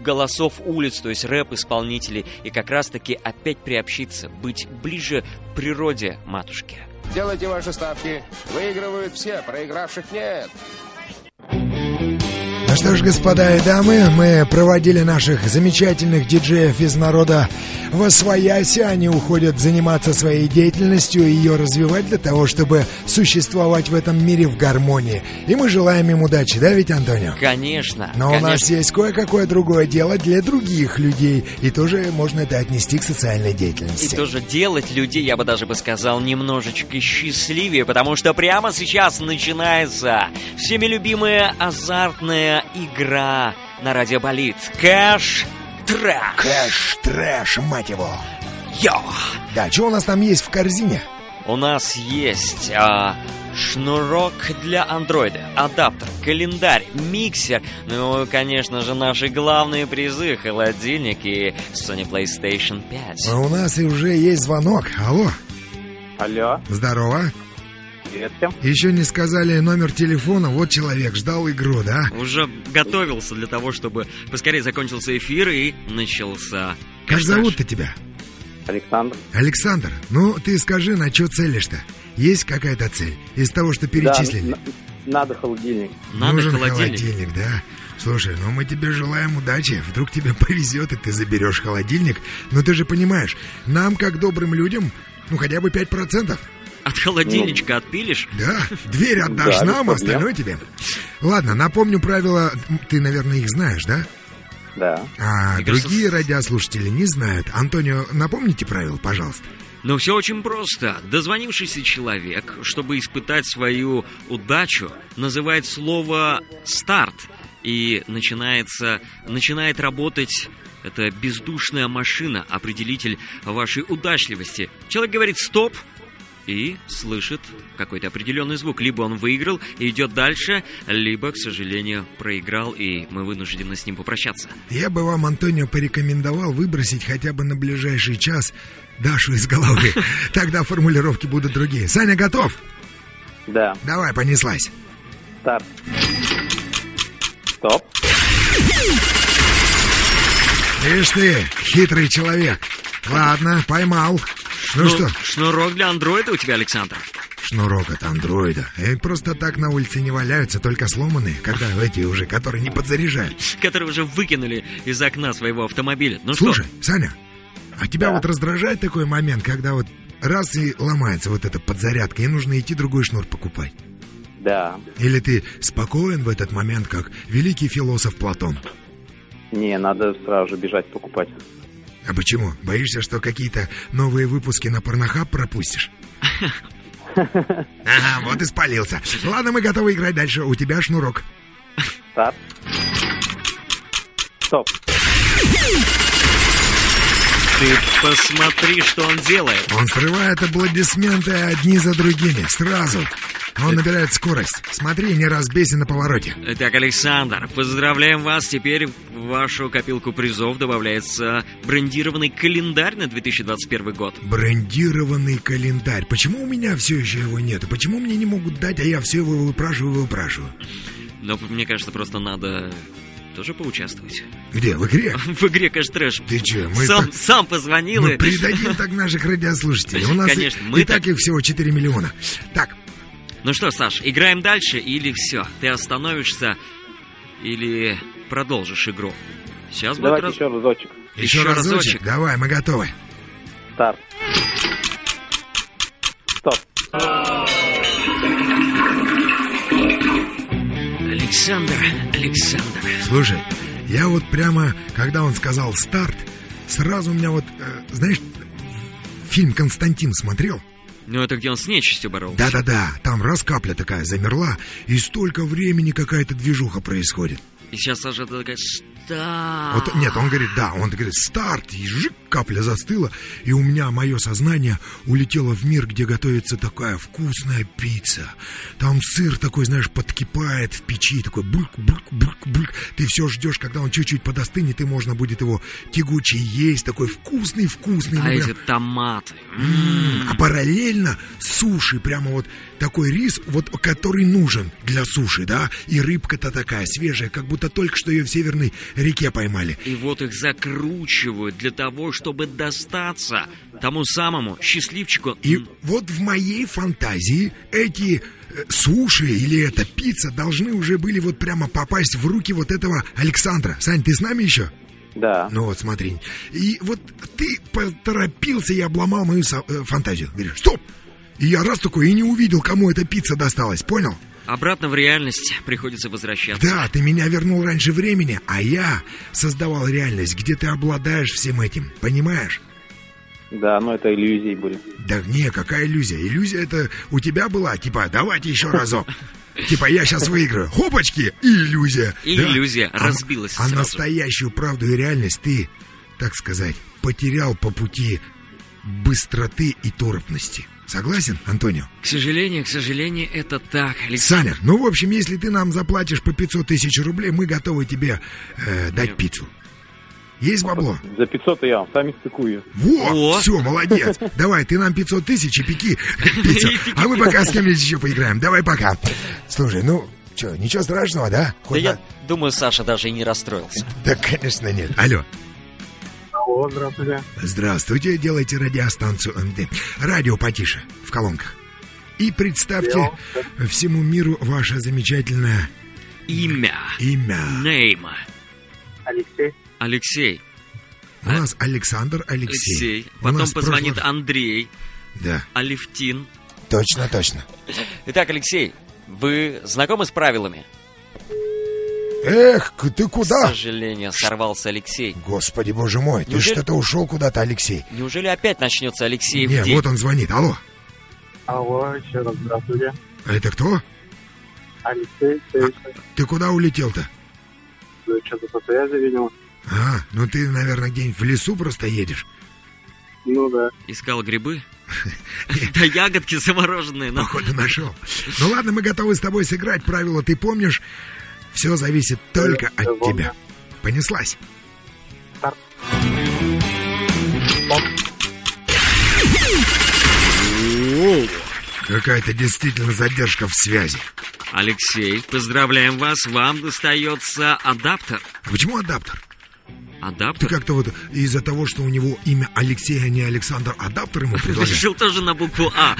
голосов улиц, то есть рэп-исполнителей, и как раз-таки опять приобщиться, быть ближе к природе матушки. Делайте ваши ставки. Выигрывают все, проигравших нет. Ну что ж, господа и дамы, мы проводили наших замечательных диджеев из народа во своясе. Они уходят заниматься своей деятельностью и ее развивать для того, чтобы существовать в этом мире в гармонии. И мы желаем им удачи, да ведь, Антонио? Конечно, Но у конечно. нас есть кое-какое другое дело для других людей, и тоже можно это отнести к социальной И деятельности. тоже делать людей, я бы даже бы сказал, немножечко счастливее, потому что прямо сейчас начинается всеми любимая азартная игра на радио болит. Кэш трак. Кэш, трэш, мать его. Йо! Да, что у нас там есть в корзине? У нас есть а, шнурок для андроида, адаптер, календарь, миксер, ну, конечно же, наши главные призы, холодильник и Sony PlayStation 5. А у нас и уже есть звонок. Алло, Алло, здорово. привет всем. Еще не сказали номер телефона, вот человек ждал игру, да? Уже готовился для того, чтобы поскорее закончился эфир и начался. Как Кэш-трэш. зовут-то тебя? Александр. Александр, ну ты скажи, на что целишь-то? Есть какая-то цель из того, что перечислили? Да, на- надо холодильник. Надо Нужен холодильник. да? Слушай, ну мы тебе желаем удачи. Вдруг тебе [laughs] повезет, и ты заберешь холодильник. Но ты же понимаешь, нам, как добрым людям, ну хотя бы 5%. От холодильничка отпилишь? Да, дверь отдашь Да, без нам, а проблем. остальное тебе. Ладно, напомню правила, ты, наверное, их знаешь, да? Да. А Мне кажется, другие радиослушатели не знают. Антонио, напомните правила, пожалуйста. Но все очень просто. Дозвонившийся человек, чтобы испытать свою удачу, называет слово «старт» и начинается, начинает работать это бездушная машина, определитель вашей удачливости. Человек говорит «стоп», и слышит какой-то определенный звук. Либо он выиграл и идет дальше, либо, к сожалению, проиграл, и мы вынуждены с ним попрощаться. Я бы вам, Антонио, порекомендовал выбросить хотя бы на ближайший час Дашу из [laughs] головы. Тогда формулировки будут другие. Саня, готов? Да. Давай, понеслась. Старт. Стоп. Ишь ты, хитрый человек. Ладно, поймал. Ну что, Шнурок для андроида у тебя, Александр? шнурок от андроида. Э, просто так на улице не валяются, только сломанные, когда эти уже, которые не подзаряжают. [laughs] Который уже выкинули из окна своего автомобиля. Ну Слушай, Саня, а тебя Да. вот раздражает такой момент, когда вот раз и ломается вот эта подзарядка, и нужно идти другой шнур покупать? Да. Или ты спокоен в этот момент, как великий философ Платон? Не, надо сразу же бежать покупать. А почему? Боишься, что какие-то новые выпуски на порнохаб пропустишь? Ага, вот и спалился. Ладно, мы готовы играть дальше. У тебя шнурок. Старт. Стоп. что, ты посмотри, что он делает. Он срывает аплодисменты одни за другими. Сразу. Он набирает скорость. Смотри, не разбейся на повороте. Так, Александр, поздравляем вас. Теперь в вашу копилку призов добавляется брендированный календарь на 2021 год. Брендированный календарь. Почему у меня все еще его нет? И Почему мне не могут дать, а я все его выпрашиваю, выпрашиваю? Но мне кажется, просто надо тоже поучаствовать. [laughs] Где? В игре? В игре кэш-трэш. Ты че? Мы сам, так- сам позвонил Мы и... придадим так наших радиослушателей. У нас и- Конечно, мы и так так- их всего 4 миллиона. Так, Ну что, Саш, играем дальше или все? Ты остановишься или продолжишь игру? Сейчас будет Давайте раз- еще разочек. еще, Еще разочек. разочек. Давай, мы готовы. Старт. Стоп. Александр, Александр. Слушай, я вот прямо, когда он сказал старт, сразу у меня вот, э, знаешь, фильм «Константин» смотрел? Ну это где он с нечистью боролся? Да-да-да, там раз капля такая замерла, и столько времени какая-то движуха происходит. И сейчас Саша такая, что? Вот, нет, он говорит, да, он говорит, старт, и жик, капля застыла, и у меня мое сознание улетело в мир, где готовится такая вкусная пицца. Там сыр такой, знаешь, подкипает в печи, такой бульк, бульк, бульк, бульк. Ты все ждешь, когда он чуть-чуть подостынет, и можно будет его тягучий есть, такой вкусный, вкусный. ну, А прям. эти томаты. М, А параллельно суши, прямо вот такой рис, вот который нужен для суши, да, и рыбка-то такая свежая, как будто только что ее в северной реке поймали. И вот их закручивают для того, чтобы достаться тому самому счастливчику. И М, вот в моей фантазии эти э, суши или эта пицца должны уже были вот прямо попасть в руки вот этого Александра. Сань, ты с нами еще? Да. Ну вот, смотри. И вот ты поторопился и обломал мою со- э, фантазию. Говоришь, стоп! И я раз такой и не увидел, кому эта пицца досталась, понял? Обратно в реальность приходится возвращаться. Да, ты меня вернул раньше времени, а я создавал реальность, где ты обладаешь всем этим, понимаешь? Да, но это иллюзии были. Да не, какая иллюзия? Иллюзия это у тебя была, типа, давайте еще разок. Типа, я сейчас выиграю. Хопочки! И иллюзия. И Да. иллюзия А- разбилась А сразу. настоящую правду и реальность ты, так сказать, потерял по пути быстроты и торопности. Согласен, Антонио? К сожалению, к сожалению, это так. Александр, Саня, ну, в общем, если ты нам заплатишь по 500 тысяч рублей, мы готовы тебе э, дать пиццу. Есть бабло? За 500 я вам сами стыкую. Во, Во. все, молодец. Давай, ты нам 500 тысяч и пеки [laughs] пиццу. А мы пока с кем-нибудь еще поиграем. Давай пока. Слушай, ну, что, ничего страшного, да? Да Хоть я на- думаю, Саша даже и не расстроился. Да, конечно, нет. Алло. Алло, здравствуйте. Здравствуйте, делайте радиостанцию МД. Радио потише, в колонках. И представьте всему миру ваше замечательное имя, имя. нейма. Алексей. Алексей. У А? нас Александр Алексей. Алексей. У Потом нас позвонит прошлых- Андрей. Да, Алевтин. точно, точно. Итак, Алексей, вы знакомы с правилами? Эх, ты К куда? сожалению, сорвался Алексей. Господи, боже мой, ты Неужели- что-то ушел куда-то, Алексей. Неужели опять начнется Алексей Не, день? вот он звонит. Алло. Алло, еще раз здравствуйте. А это кто? А Алексей, Ну, Ты куда улетел-то? что-то по связи, видимо. А, ну ты, наверное, где-нибудь в лесу просто едешь. Ну да. Искал [laughs] грибы. Да ягодки замороженные. ну. Походу нашел. Ну ладно, мы готовы с тобой сыграть. Правила ты помнишь. Все зависит только Да, от помню. тебя. Понеслась. Какая-то действительно задержка в связи. Алексей, поздравляем вас. Вам достается адаптер. А почему адаптер? Ты Адаптер? как-то вот из-за того, что у него имя Алексей, а не Александр, адаптер ему предложил. Решил тоже на букву А.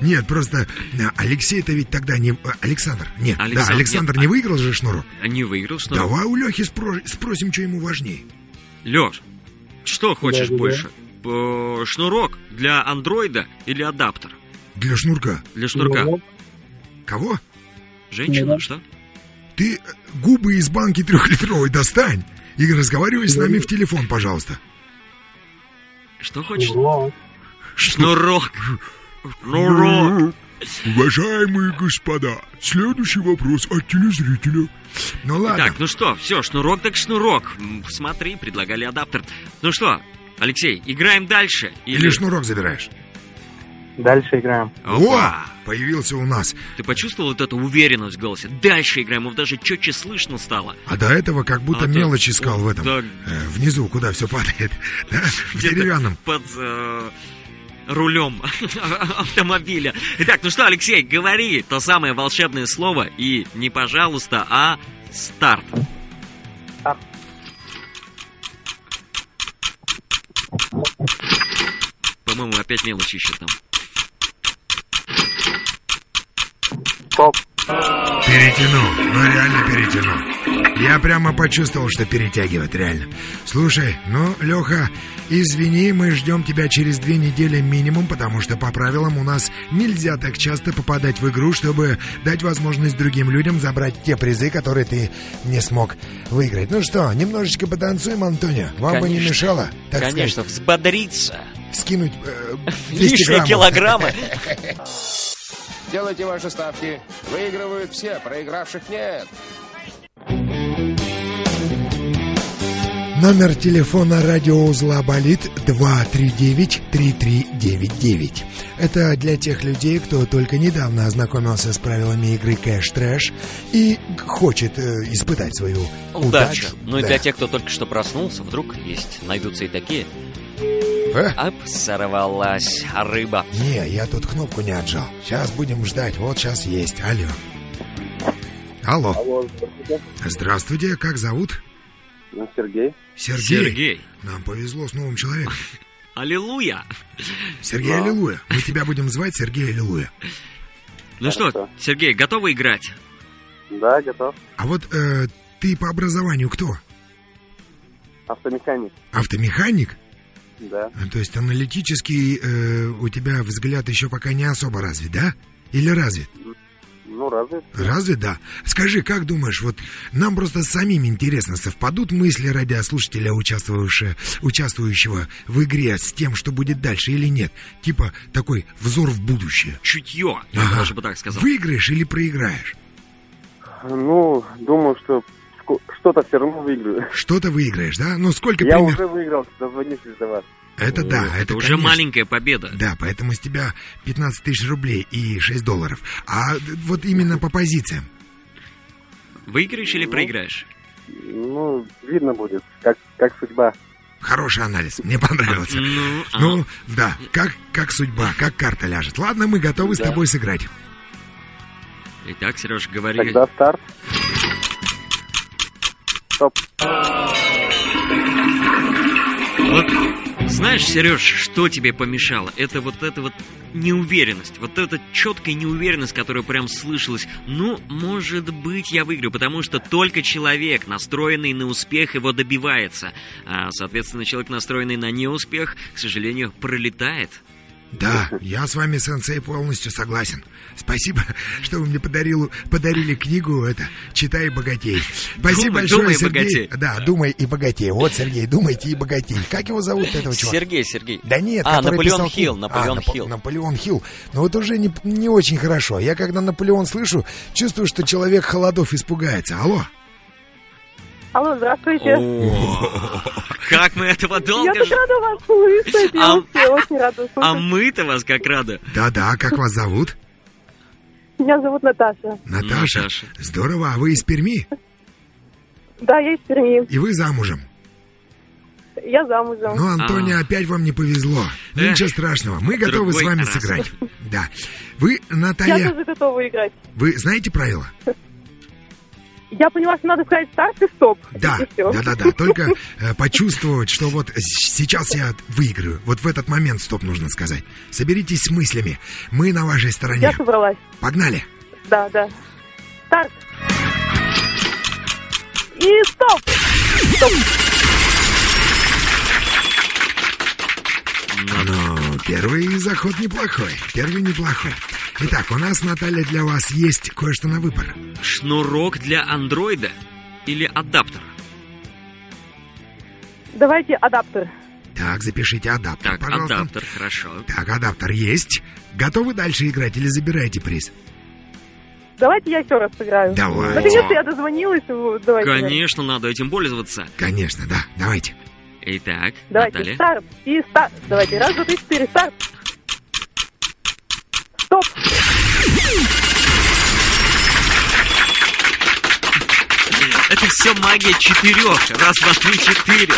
Нет, просто э, Алексей-то ведь тогда не... э, Александр, нет, Александр, да, Александр нет, не а- выиграл же шнурок. Не выиграл, что ли? Давай у Лехи спросим, что ему важнее. Леш, что хочешь Да-да-да. больше? Э, Шнурок для андроида или адаптер? Для шнурка. Для шнурка. Кого? Женщина, Ну, да. что? Ты э, губы из банки трехлитровой достань и разговаривай с нами в телефон, пожалуйста. Что хочешь? Шнурок. Шнурок. Шнурок. Уважаемые господа, следующий вопрос от телезрителя. Ну ладно, Так, ну что, все, шнурок так шнурок. М, Смотри, предлагали адаптер. Ну что, Алексей, играем дальше? или шнурок забираешь. Дальше играем. Опа! О, появился у нас. Ты почувствовал вот эту уверенность в голосе? Дальше играем, его даже четче слышно стало. А до этого как будто А, да. мелочь искал в этом. Да, э, внизу, куда все падает. [laughs] Да? В Где-то. деревянном. под э, рулем [laughs] автомобиля. Итак, ну что, Алексей, говори то самое волшебное слово и не пожалуйста, а старт. Старт. По-моему, опять мелочи еще там. Стоп. Перетянул, ну реально перетянул. Я прямо почувствовал, что перетягивает, реально. Слушай, ну, Леха, извини, мы ждем тебя через две недели минимум, потому что по правилам у нас нельзя так часто попадать в игру, чтобы дать возможность другим людям забрать те призы, которые ты не смог выиграть. Ну что, немножечко потанцуем, Антонио? Вам бы не Конечно. мешало, так Конечно, взбодриться. сказать, скинуть э, 200 Лишние граммов? [laughs] килограммы. Делайте ваши ставки. Выигрывают все, проигравших нет. Номер телефона радиоузла «Болит» 239-3399. Это для тех людей, кто только недавно ознакомился с правилами игры «Кэш-трэш» и хочет э, испытать свою удачу. Удача. Ну и Да. для тех, кто только что проснулся, вдруг есть, найдутся и такие. Э? Ап, сорвалась рыба. Не, я тут кнопку не отжал. Сейчас будем ждать, вот сейчас есть. Алло. Алло. Алло, здравствуйте. Здравствуйте, как зовут? Ну, Сергей. Сергей. Сергей, Нам повезло с новым человеком. аллилуйя. Сергей Аллилуйя. Мы тебя будем звать Сергей Аллилуйя. Ну что, Хорошо. Сергей, готовы играть? Да, готов. А вот э, ты по образованию кто? Автомеханик. Автомеханик? Да. А, То есть аналитический э, у тебя взгляд еще пока не особо развит, да? Или развит? Ну, разве? Развит, да. Скажи, как думаешь, вот нам просто самим интересно, совпадут мысли радиослушателя, участвовавшего, участвующего в игре с тем, что будет дальше или нет? Типа такой взор в будущее. Чутье, я Ага. даже бы так сказал. Выиграешь или проиграешь? Ну, думаю, что ско- что-то все равно выиграю. Что-то выиграешь, да? Ну, сколько Я примерно? уже выиграл, дозвонившись до вас. Это да, это, Это уже конечно. маленькая победа. Да, поэтому с тебя 15 тысяч рублей и 6 долларов. А э, вот именно по позициям. Выиграешь или Ну. проиграешь? Ну, видно будет, как, как судьба. Хороший анализ, мне понравился. Ну, а, Ну, да, как, как судьба, как карта ляжет. Ладно, мы готовы с Да. тобой сыграть. Итак, Сереж, говори. Тогда старт. Вот знаешь, Сереж, что тебе помешало? Это вот эта вот неуверенность, вот эта четкая неуверенность, которая прям слышалась. Ну, может быть, я выиграю, потому что только человек, настроенный на успех, его добивается. А, соответственно, человек, настроенный на неуспех, к сожалению, пролетает. Да, я с вами, сенсей, полностью согласен. Спасибо, [laughs] что вы мне подарил, подарили книгу это «Читай и богатей». Спасибо Думай, большое, думай и Сергей. богатей. Да, «Думай и богатей». Вот, Сергей, «Думайте и богатей». Как его зовут, этого чувака? Сергей, Сергей. Да нет, А, который Наполеон писал Хилл, книгу. Наполеон А, Нап- Хилл. Наполеон Хилл. Но вот уже не, не очень хорошо. Я когда Наполеон слышу, чувствую, что человек холодов испугается. Алло. Алло, здравствуйте. [laughs] Как мы этого Я долго так ж- рада вас слышать. Я А- вообще очень рада А слышать. мы-то вас как рады. Да-да, как вас зовут? Меня зовут Наташа. Наташа. Наташа. Здорово, а вы из Перми? Да, я из Перми. И вы замужем? Я замужем. Ну, Антония, А. опять вам не повезло. Ну, Эх, Ничего страшного, мы готовы с другой вами раз. сыграть. Да. Вы, Я Наталья, тоже готова играть. вы знаете правила? Я поняла, что надо сказать старт и стоп. Да, И все. да, да, да. Только э, почувствовать, что вот с- сейчас я выиграю. Вот в этот момент стоп нужно сказать. Соберитесь с мыслями. Мы на вашей Я стороне. собралась. Погнали. Да, да. Старт. И стоп. Ну, первый заход неплохой. Первый неплохой. Итак, у нас, Наталья, для вас есть кое-что на выбор. Шнурок для андроида или адаптер? Давайте адаптер. Так, запишите адаптер, Так, пожалуйста. адаптер, хорошо. Так, адаптер есть. Готовы дальше играть или забираете приз? Давайте я еще раз сыграю. Давай. Наконец-то я дозвонилась. Вот, Давайте. Конечно, надо этим пользоваться. Конечно, да. Давайте. Итак, Давайте Наталья. старт. И старт. Давайте. Раз, два, три, четыре. Старт. Стоп. Это все магия четырех. Раз, два, три, четыре.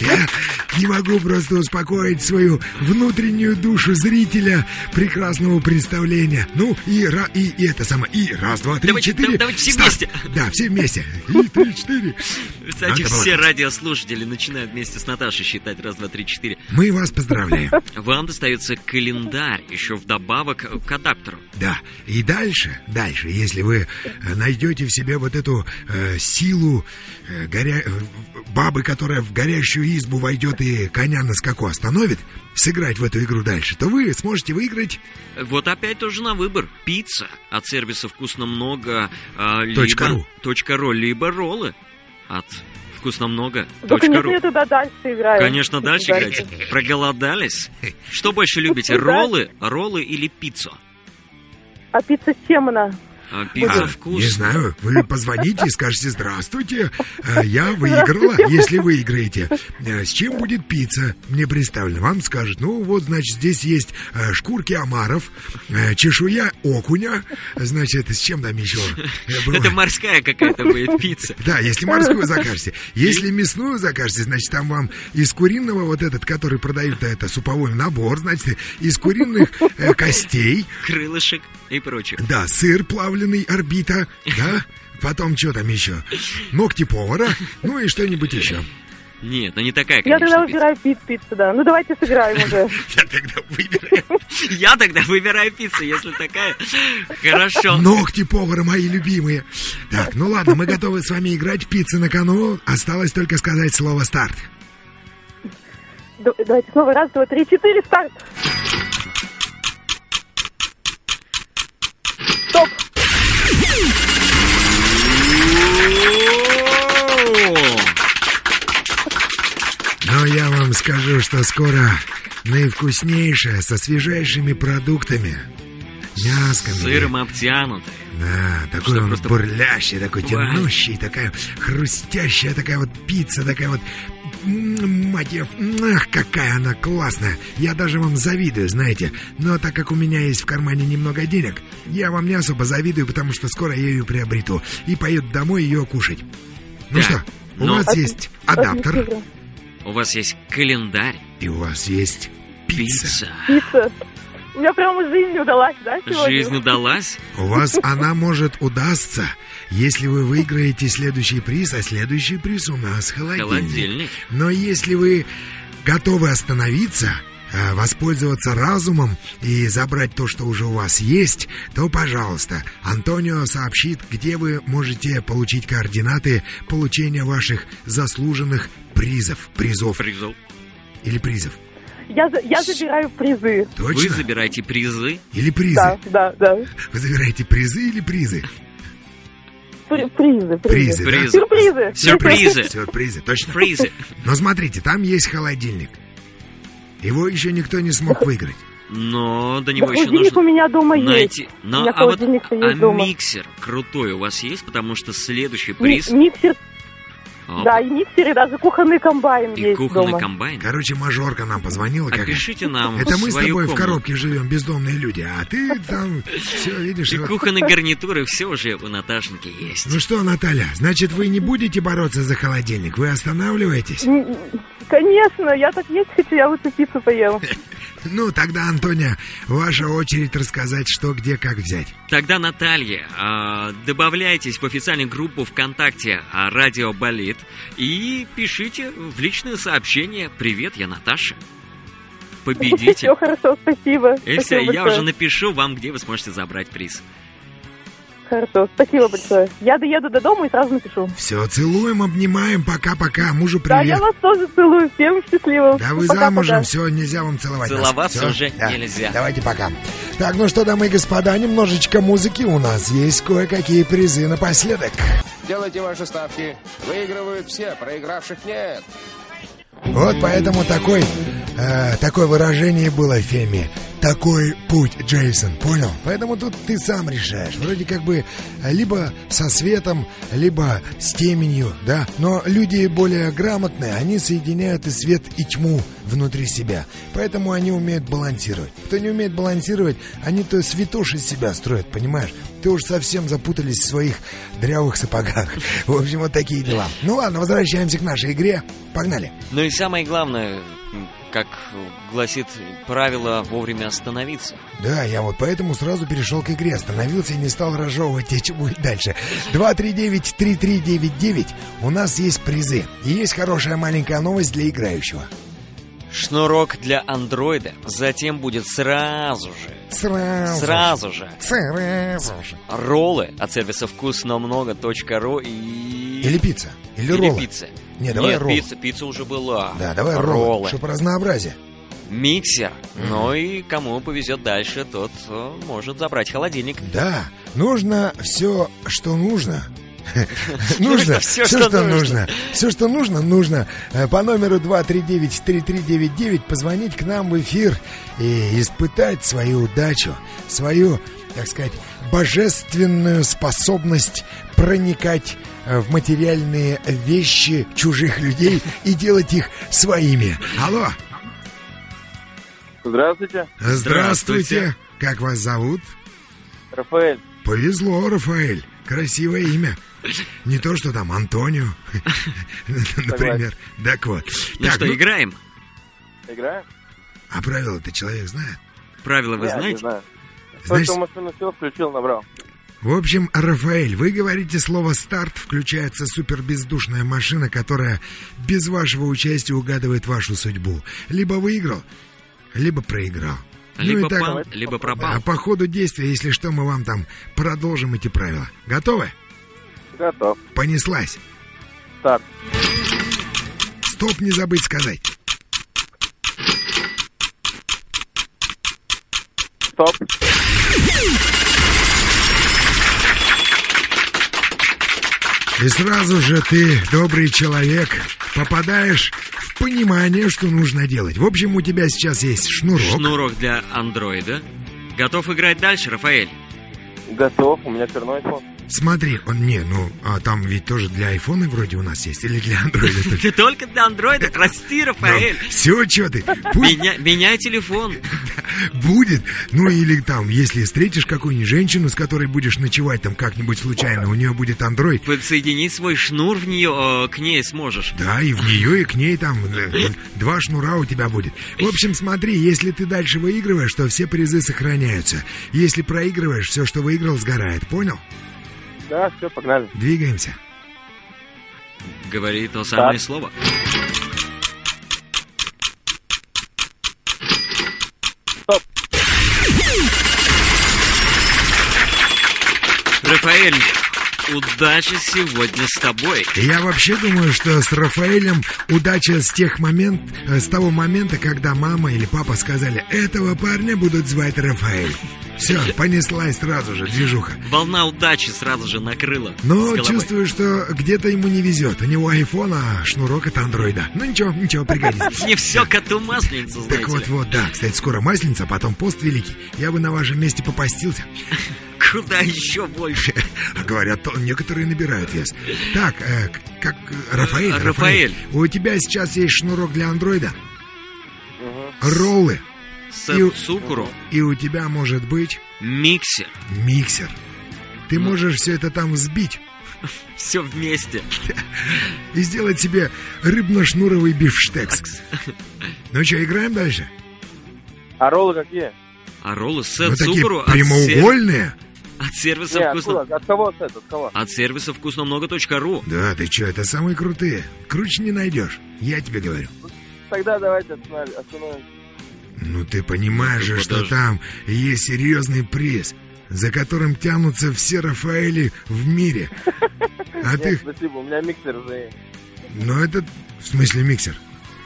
Я [laughs] не могу просто успокоить свою внутреннюю душу зрителя прекрасного представления. Ну, и, ра, и, и это самое. И раз, два, три, Давайте, четыре. да- давайте все Старт. вместе. Да, все вместе. И три, четыре. Кстати, Надо все было. радиослушатели начинают вместе с Наташей считать раз, два, три, четыре. Мы вас поздравляем. Вам достается календарь, еще вдобавок э, к адаптеру. Да, и дальше, дальше, если вы э, найдете в себе вот эту э, силу э, горя... э, бабы, которая в горящую избу войдет и коня на скаку остановит, сыграть в эту игру дальше, то вы сможете выиграть Вот опять тоже на выбор. Пицца от сервиса «Вкусно много» а, либо... Точка ру. точка ру, либо роллы от «Вкусно много» Да, точка конечно, ру. я туда дальше играю. Конечно, дальше играть. Проголодались? Что больше любите, Да. роллы, роллы или пиццу? А пицца с чем она? А, Пицца А, вкус. Не знаю, вы позвоните и скажете «Здравствуйте, э, я выиграла, если выиграете». Э, С чем будет пицца? Мне представлено. Вам скажут, ну вот, значит, здесь есть э, шкурки омаров, э, чешуя окуня, значит, с чем там еще? Э, было? Это морская какая-то будет пицца. Да, если морскую закажете. Если мясную закажете, значит, там вам из куриного вот этот, который продают, да, это суповой набор, значит, из куриных э, костей, Крылышек и прочее. да, сыр плавленый, орбита, да? Потом что там еще? Ногти повара, ну и что-нибудь еще. Нет, ну не такая, Я конечно, тогда пицца. выбираю пи- пиццу, да. Ну давайте сыграем уже. Я тогда выбираю. Я тогда выбираю пиццу, если такая. Хорошо. Ногти повара мои любимые. Так, ну ладно, мы готовы с вами играть. Пицца на кону. Осталось только сказать слово «старт». [laughs] Д- Давайте снова раз, два, три, четыре, старт. Стоп. Но я вам скажу, что скоро наивкуснейшее со свежайшими продуктами. Мясками. Сыром обтянуты. Да, такой Что, он просто бурлящий, такой бывает? тянущий, такая хрустящая, такая вот пицца, такая вот... м, Мать ее, ах, какая она классная. Я даже вам завидую, знаете. Но так как у меня есть в кармане немного денег, я вам не особо завидую, потому что скоро я ее приобрету. И поеду домой ее кушать. Ну Да, что, у но- вас есть адаптер, Отлично. У вас есть календарь. и у вас есть пицца. Пицца. Пицца. У меня прямо жизнь удалась, да, ну. сегодня? Жизнь удалась. У вас она может удастся, если вы выиграете следующий приз, а следующий приз у нас холодильник. Холодильник. Но если вы готовы остановиться, э, воспользоваться разумом и забрать то, что уже у вас есть, то, пожалуйста, Антонио сообщит, где вы можете получить координаты получения ваших заслуженных призов. Призов Призов. или призов. Я, за- я забираю призы. Вы Точно? забираете призы. Или призы? Да, да, да. Вы забираете призы или призы? При- Призы, Призы, призы. да? Призы. Сюрпризы. Сюрпризы. Сюрпризы, точно. Призы. Но смотрите, там есть холодильник. Его еще никто не смог выиграть. Но до Да, него еще холодильник у нужно меня дома есть. найти. У Но, меня а вот холодильник-то а есть дома. миксер крутой у вас есть, потому что следующий Ми- приз. миксер, Опа. да, и миксер, и даже кухонный комбайн И есть кухонный дома. комбайн. Короче, мажорка нам позвоила. какая. Опишите нам Это мы с свою тобой в комнату. коробке живем, бездомные люди. А ты [laughs] там все видишь. И вот. кухонный гарнитур, и все уже у Наташеньки есть. Ну что, Наталья, значит, вы не будете бороться за холодильник? Вы [laughs] останавливаетесь? М, Конечно, я так есть хочу, я лучше пиццу поем. Ну, тогда, Антоня, ваша очередь рассказать, что, где, как взять. Тогда, Наталья, а, добавляйтесь в официальную группу ВКонтакте а, «Радио Болит» и пишите в личные сообщения «Привет, я Наташа». [laughs] Победите. Все хорошо, спасибо. И все, Спасибо я большое. уже напишу вам, где вы сможете забрать приз. Хорошо, спасибо большое. Я доеду до дома и сразу напишу. Все, целуем, обнимаем, пока-пока. Мужу Да, я привет. вас тоже целую. Всем счастливо. Да вы Пока-пока. замужем, все, нельзя вам целовать. нас. Целоваться Всё, уже да. нельзя. Давайте пока. Так, ну что, дамы и господа, немножечко музыки. У нас есть кое-какие призы напоследок. Делайте ваши ставки. Выигрывают все, проигравших нет. Вот поэтому такой, э, такое выражение было в фильме. Такой путь, Джейсон, понял? Поэтому тут ты сам решаешь. Вроде как бы э, либо со светом, либо с теменью, да? Но люди более грамотные, они соединяют и свет, и тьму внутри себя. Поэтому они умеют балансировать. Кто не умеет балансировать, они то святоши из себя строят, понимаешь? Ты уж совсем запутались в своих дрявых сапогах. [laughs] В общем, вот такие дела. Ну ладно, возвращаемся к нашей игре. Погнали. Ну и самое главное, м, как гласит правило, вовремя остановиться. Да, я вот поэтому сразу перешел к игре, остановился и не стал разжевывать, [laughs] те, что будет дальше. 239-3399. У нас есть призы. И есть хорошая маленькая новость для играющего. Шнурок для андроида затем будет сразу же, Сразу. же. сразу же Сразу же. роллы от сервиса вкусномного.ру и... Или пицца. Или, Или роллы. пицца. Не, давай Нет, роллы. пицца, пицца уже была. Да, давай роллы. роллы. Чтоб разнообразие. Миксер. Мгм. Ну и кому повезет дальше, тот э, может забрать холодильник. Да, нужно все, [laughs] что нужно. Нужно всё, все, что что нужно. нужно. Все, что нужно, нужно э, по номеру 239-3399 позвонить к нам в эфир и испытать свою удачу, свою, так сказать, божественную способность проникать э, в материальные вещи чужих людей и делать их своими. Алло, Здравствуйте, здравствуйте. Как вас зовут? Рафаэль. Повезло, Рафаэль. Красивое имя. Не то, что там Антонио, [laughs] например. Так вот. Ну Так, что, ну, играем? Играем? а правила-то человек знает. Правила вы Я не знаете? знаю. Значит, Только машину все включил, набрал. в общем, Рафаэль, вы говорите слово «старт», включается супербездушная машина, которая без вашего участия угадывает вашу судьбу. Либо выиграл, либо проиграл. Ну и Либо так- пан, либо пропал. А по ходу действия, если что, мы вам там продолжим эти правила. Готовы? Готов. Понеслась. Старт. Стоп, не забыть сказать. Стоп. И сразу же ты, добрый человек, попадаешь в понимание, что нужно делать. В общем, у тебя сейчас есть шнурок. Шнурок для андроида. Готов играть дальше, Рафаэль? Готов. У меня черной iPhone. Смотри, он не, ну, а там ведь тоже для айфона вроде у нас есть, или для [laughs] андроида только. Ты только для андроида? Прости, Рафаэль. Все, что ты, пусть Меня- меняй телефон. будет. Ну, или там, если встретишь какую-нибудь женщину, с которой будешь ночевать там как-нибудь случайно, у нее будет андроид, Подсоедини свой шнур в нее, э, к ней сможешь. Да, и в нее, и к ней там э, два шнура у тебя будет. В общем, смотри, если ты дальше выигрываешь, то все призы сохраняются. Если проигрываешь, все, что выиграл, сгорает. Понял? Да, все, погнали. Двигаемся. Говори то самое слово. Рафаэль, удачи сегодня с тобой. И Я вообще думаю, что с Рафаэлем удача с тех момент, э, с того момента, когда мама или папа сказали, этого парня будут звать Рафаэль. Все, понеслась сразу же, движуха. Волна удачи сразу же накрыла. с Но головой. Ну, чувствую, что где-то ему не везет. У него айфон, а шнурок от андроида. Ну ничего, ничего, пригодится. Не все коту масленицу, Так знаете вот, ли. вот, да. Кстати, скоро масленица, а потом пост великий. Я бы на вашем месте попостился. Куда еще больше? А говорят, то некоторые набирают вес. Так, э, к- как э, Рафаэль, Э, Рафаэль. У тебя сейчас есть шнурок для андроида, Угу. роллы, И- Сацукуру, и у тебя может быть миксер, миксер. Ты Ну. можешь все это там взбить все вместе. и сделать себе рыбно-шнуровый бифштекс. Ну что, играем дальше? А роллы какие? А роллы Сет Ну, такие а Субару от, сер- прямоугольные? от сервиса Не, вкусно... откуда? От кого сет? От кого? От сервиса вкусномного.ру Да, ты что, это самые крутые. Круче не найдешь. Я тебе говорю. Тогда давайте останови- остановимся. Ну ты понимаешь же, что Подожди. там есть серьезный приз, за которым тянутся все Рафаэли в мире. А Нет, ты... спасибо, у меня миксер же. Ну это... В смысле миксер?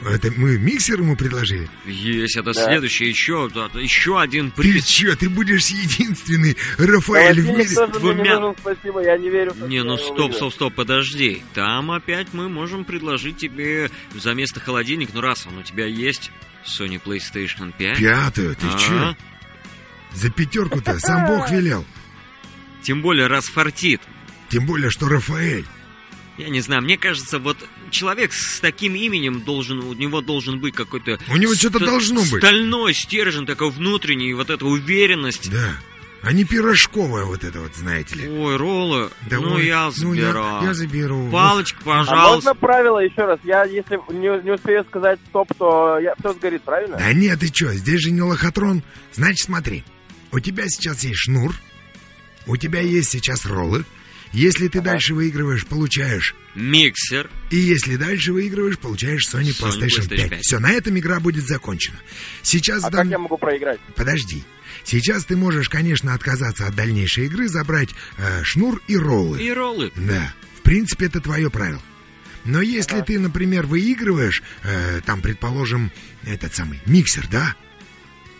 Это мы миксер ему предложили? Есть, это Да. следующее еще, да, еще один Ты приз. че, ты будешь единственный Рафаэль в мире? Холодильник тоже мне двумя- не нужен, спасибо, я не верю. что Не, я ну его А стоп, выиграю. стоп, стоп, подожди. Там опять мы можем предложить тебе за место холодильник. Ну раз он у тебя есть, Sony PlayStation 5. Пятую, ты А, че? За пятерку-то сам Бог велел. Тем более раз фартит. Тем более, что Рафаэль. Я не знаю, мне кажется, вот человек с таким именем должен, у него должен быть какой-то... У него что-то ст- должно быть. Стальной стержень, такой внутренний, вот эта уверенность. Да. А не пирожковая вот это вот, знаете ли. Ой, Ролла, Да ну вот, я Ну, я, забираю. я заберу. Палочка, А можно пожалуйста. правило еще раз? Я, если не, не успею сказать стоп, то я, все сгорит, правильно? Да нет, ты что, здесь же не лохотрон. Значит, смотри, у тебя сейчас есть шнур, у тебя есть сейчас роллы. Если ты дальше выигрываешь, получаешь. Миксер. И если дальше выигрываешь, получаешь Sony Sony PlayStation 5. PlayStation 5. Все, на этом игра будет закончена. Сейчас А дам... как я могу проиграть? Подожди. Сейчас ты можешь, конечно, отказаться от дальнейшей игры, забрать э, шнур и роллы. И роллы. Да, в принципе, это твое правило. Но если ты, например, выигрываешь, э, там, предположим, этот самый миксер, да,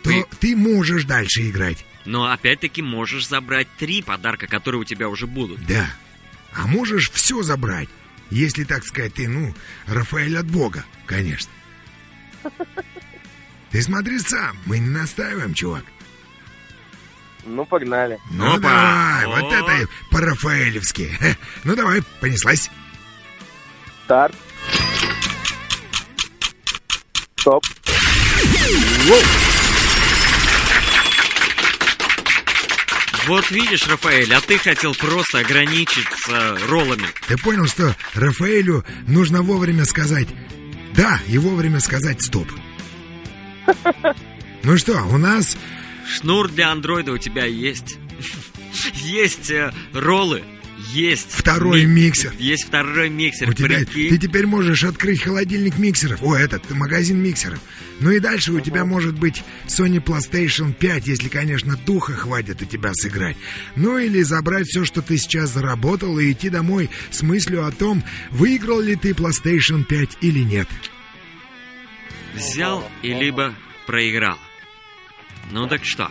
то Ты- ты можешь дальше играть, Но опять-таки можешь забрать три подарка, которые у тебя уже будут. да. А можешь все забрать, если, так сказать, ты, ну, Рафаэль от Бога, конечно. Ты смотри сам, мы не настаиваем, чувак. Ну, погнали. Ну Опа! давай, вот О! это и по-рафаэлевски. [laughs] Ну давай, понеслась. Старт. Стоп. Вот видишь, Рафаэль, а ты хотел просто ограничиться роллами. Ты понял, что Рафаэлю нужно вовремя сказать «да» и вовремя сказать «стоп». Ну что, у нас... Шнур для андроида у тебя есть. [laughs] Есть э, роллы, есть... Второй ми- миксер. Есть второй миксер, У тебя, ты прикинь. теперь можешь открыть холодильник миксеров. О, этот, магазин миксеров. Ну и дальше у тебя может быть Sony PlayStation 5, если, конечно, духа хватит у тебя сыграть. Ну или забрать все, что ты сейчас заработал, и идти домой с мыслью о том, выиграл ли ты PlayStation 5 или нет. Взял и либо проиграл. Ну так что?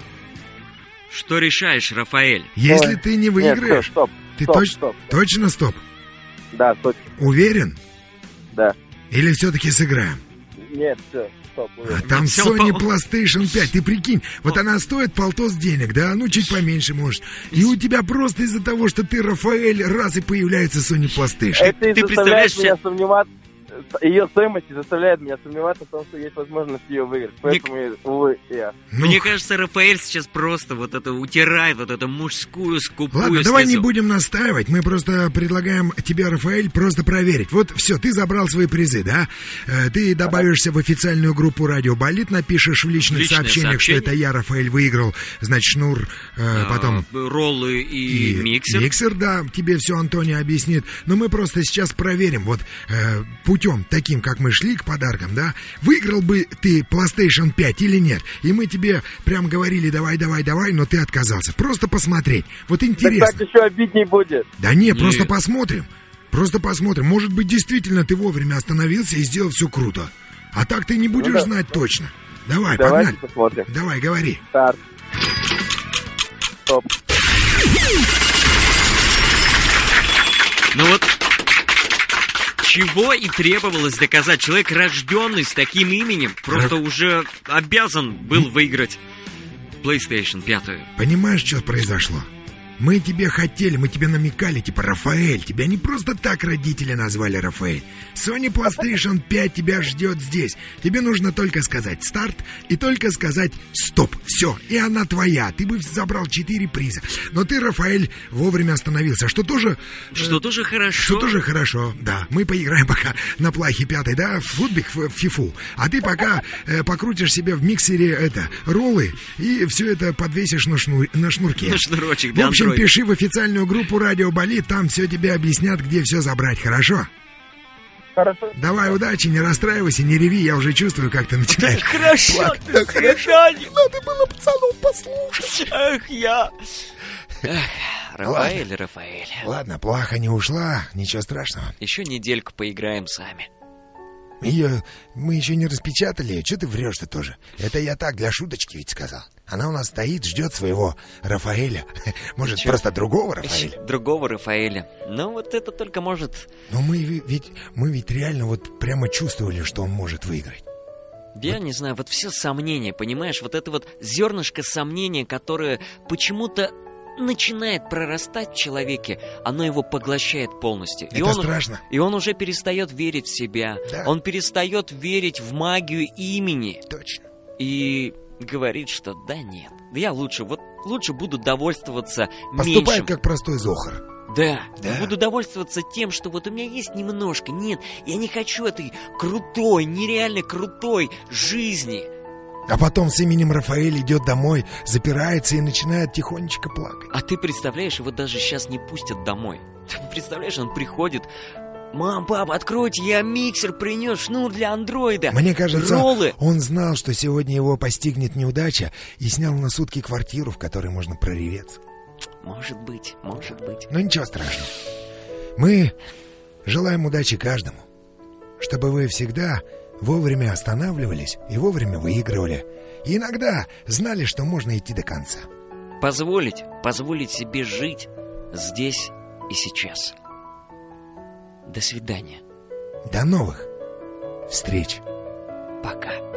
Что решаешь, Рафаэль? Если Ой. ты не Нет, всё, выиграешь, стоп. ты стоп, точ- стоп. точно стоп? Да, точно, Уверен? да. Или все-таки сыграем? Нет, все, стоп. А уже. там Э, всё, Sony по- PlayStation 5, ты прикинь, вот она стоит полтос денег, да, ну чуть поменьше может. И у тебя просто из-за того, что ты Рафаэль, раз и появляется Sony PlayStation. Это и ты заставляет представляешь меня сомневаться. Ее стоимость и заставляет меня сомневаться в том, что есть возможность ее выиграть. Поэтому, увы, я. Ну, Мне кажется, Рафаэль сейчас просто вот это утирает, вот эту мужскую скупую ладно, давай не слезу. будем настаивать, мы просто предлагаем тебе, Рафаэль, просто проверить. Вот все, ты забрал свои призы, да? Э, Ты добавишься в официальную группу «Радио Болит», напишешь в личных Личное сообщениях, что сообщение. это я, Рафаэль, выиграл, значит, шнур, э, потом... А, роллы и, миксер. Миксер, да, тебе все Антония объяснит. Но мы просто сейчас проверим, вот э, путем таким, как мы шли к подаркам, да, выиграл бы ты PlayStation 5 или нет. И мы тебе прям говорили, давай, давай, давай, но ты отказался. Просто посмотреть. Вот Так, так интересно. еще обидней будет. Да не, Нет. просто посмотрим. Просто посмотрим. Может быть, действительно ты вовремя остановился и сделал все круто. А так ты не будешь Ну да. знать точно. Давай, Давайте погнали. посмотрим. Давай, говори. Старт. Стоп. Ну вот чего и требовалось доказать. Человек, рожденный с таким именем, просто уже обязан был выиграть PlayStation 5. Понимаешь, что произошло? Мы тебе хотели, мы тебе намекали, типа, Рафаэль. Тебя не просто так родители назвали Рафаэль. Sony PlayStation 5 тебя ждет здесь. Тебе нужно только сказать «старт» и только сказать «стоп». Все, и она твоя. Ты бы забрал 4 приза. Но ты, Рафаэль, вовремя остановился, что тоже... э, Что тоже хорошо. что [laughs] Ну, тоже хорошо, да. Мы поиграем пока на плахе пятой, да, в футбик, в в фифу. А ты пока э, покрутишь себе в миксере это, роллы и все это подвесишь на, шну- на шнурке. На шнурочек В для общем, андроида. пиши в официальную группу «Радио Болит», там все тебе объяснят, где все забрать, хорошо? Хорошо. Давай, удачи, не расстраивайся, не реви, я уже чувствую, как ты начинаешь. Хорошо, Плак- ты свидание. Надо было пацанов послушать. Ах, я. Эх, Рафаэль, Рафаэль. Ладно, плаха не ушла, ничего страшного. Еще недельку поиграем сами. Ее мы еще не распечатали, что ты врешь-то тоже? Это я так, для шуточки ведь сказал. Она у нас стоит, ждет своего Рафаэля. [laughs] Может, Чё? просто другого Рафаэля? Другого Рафаэля. Но вот это только может... Но мы ви- ведь, мы ведь реально вот прямо чувствовали, что он может выиграть. Я не знаю, вот все сомнения, понимаешь? Вот это вот зернышко сомнения, которое почему-то начинает прорастать в человеке, оно его поглощает полностью. И Это он, страшно. и он уже перестает верить в себя. Да. Он перестает верить в магию имени. Точно. и говорит, что да нет, да я лучше, вот лучше буду довольствоваться Поступает меньшим. как простой Зохар. Да, Да. буду довольствоваться тем, что вот у меня есть немножко. Нет, я не хочу этой крутой, нереально крутой жизни. А потом с именем Рафаэль идет домой, запирается и начинает тихонечко плакать. А ты представляешь, его даже сейчас не пустят домой. [laughs] Ты представляешь, он приходит, мам, пап, откройте, я миксер принес, шнур для андроида. Мне кажется, Роллы. он знал, что сегодня его постигнет неудача и снял на сутки квартиру, в которой можно прореветься. Может быть, может быть. Но Ну, ничего страшного. Мы желаем удачи каждому, чтобы вы всегда вовремя останавливались и вовремя выигрывали. И иногда знали, что можно идти до конца. Позволить, позволить себе жить здесь и сейчас. До свидания. До новых встреч! Пока.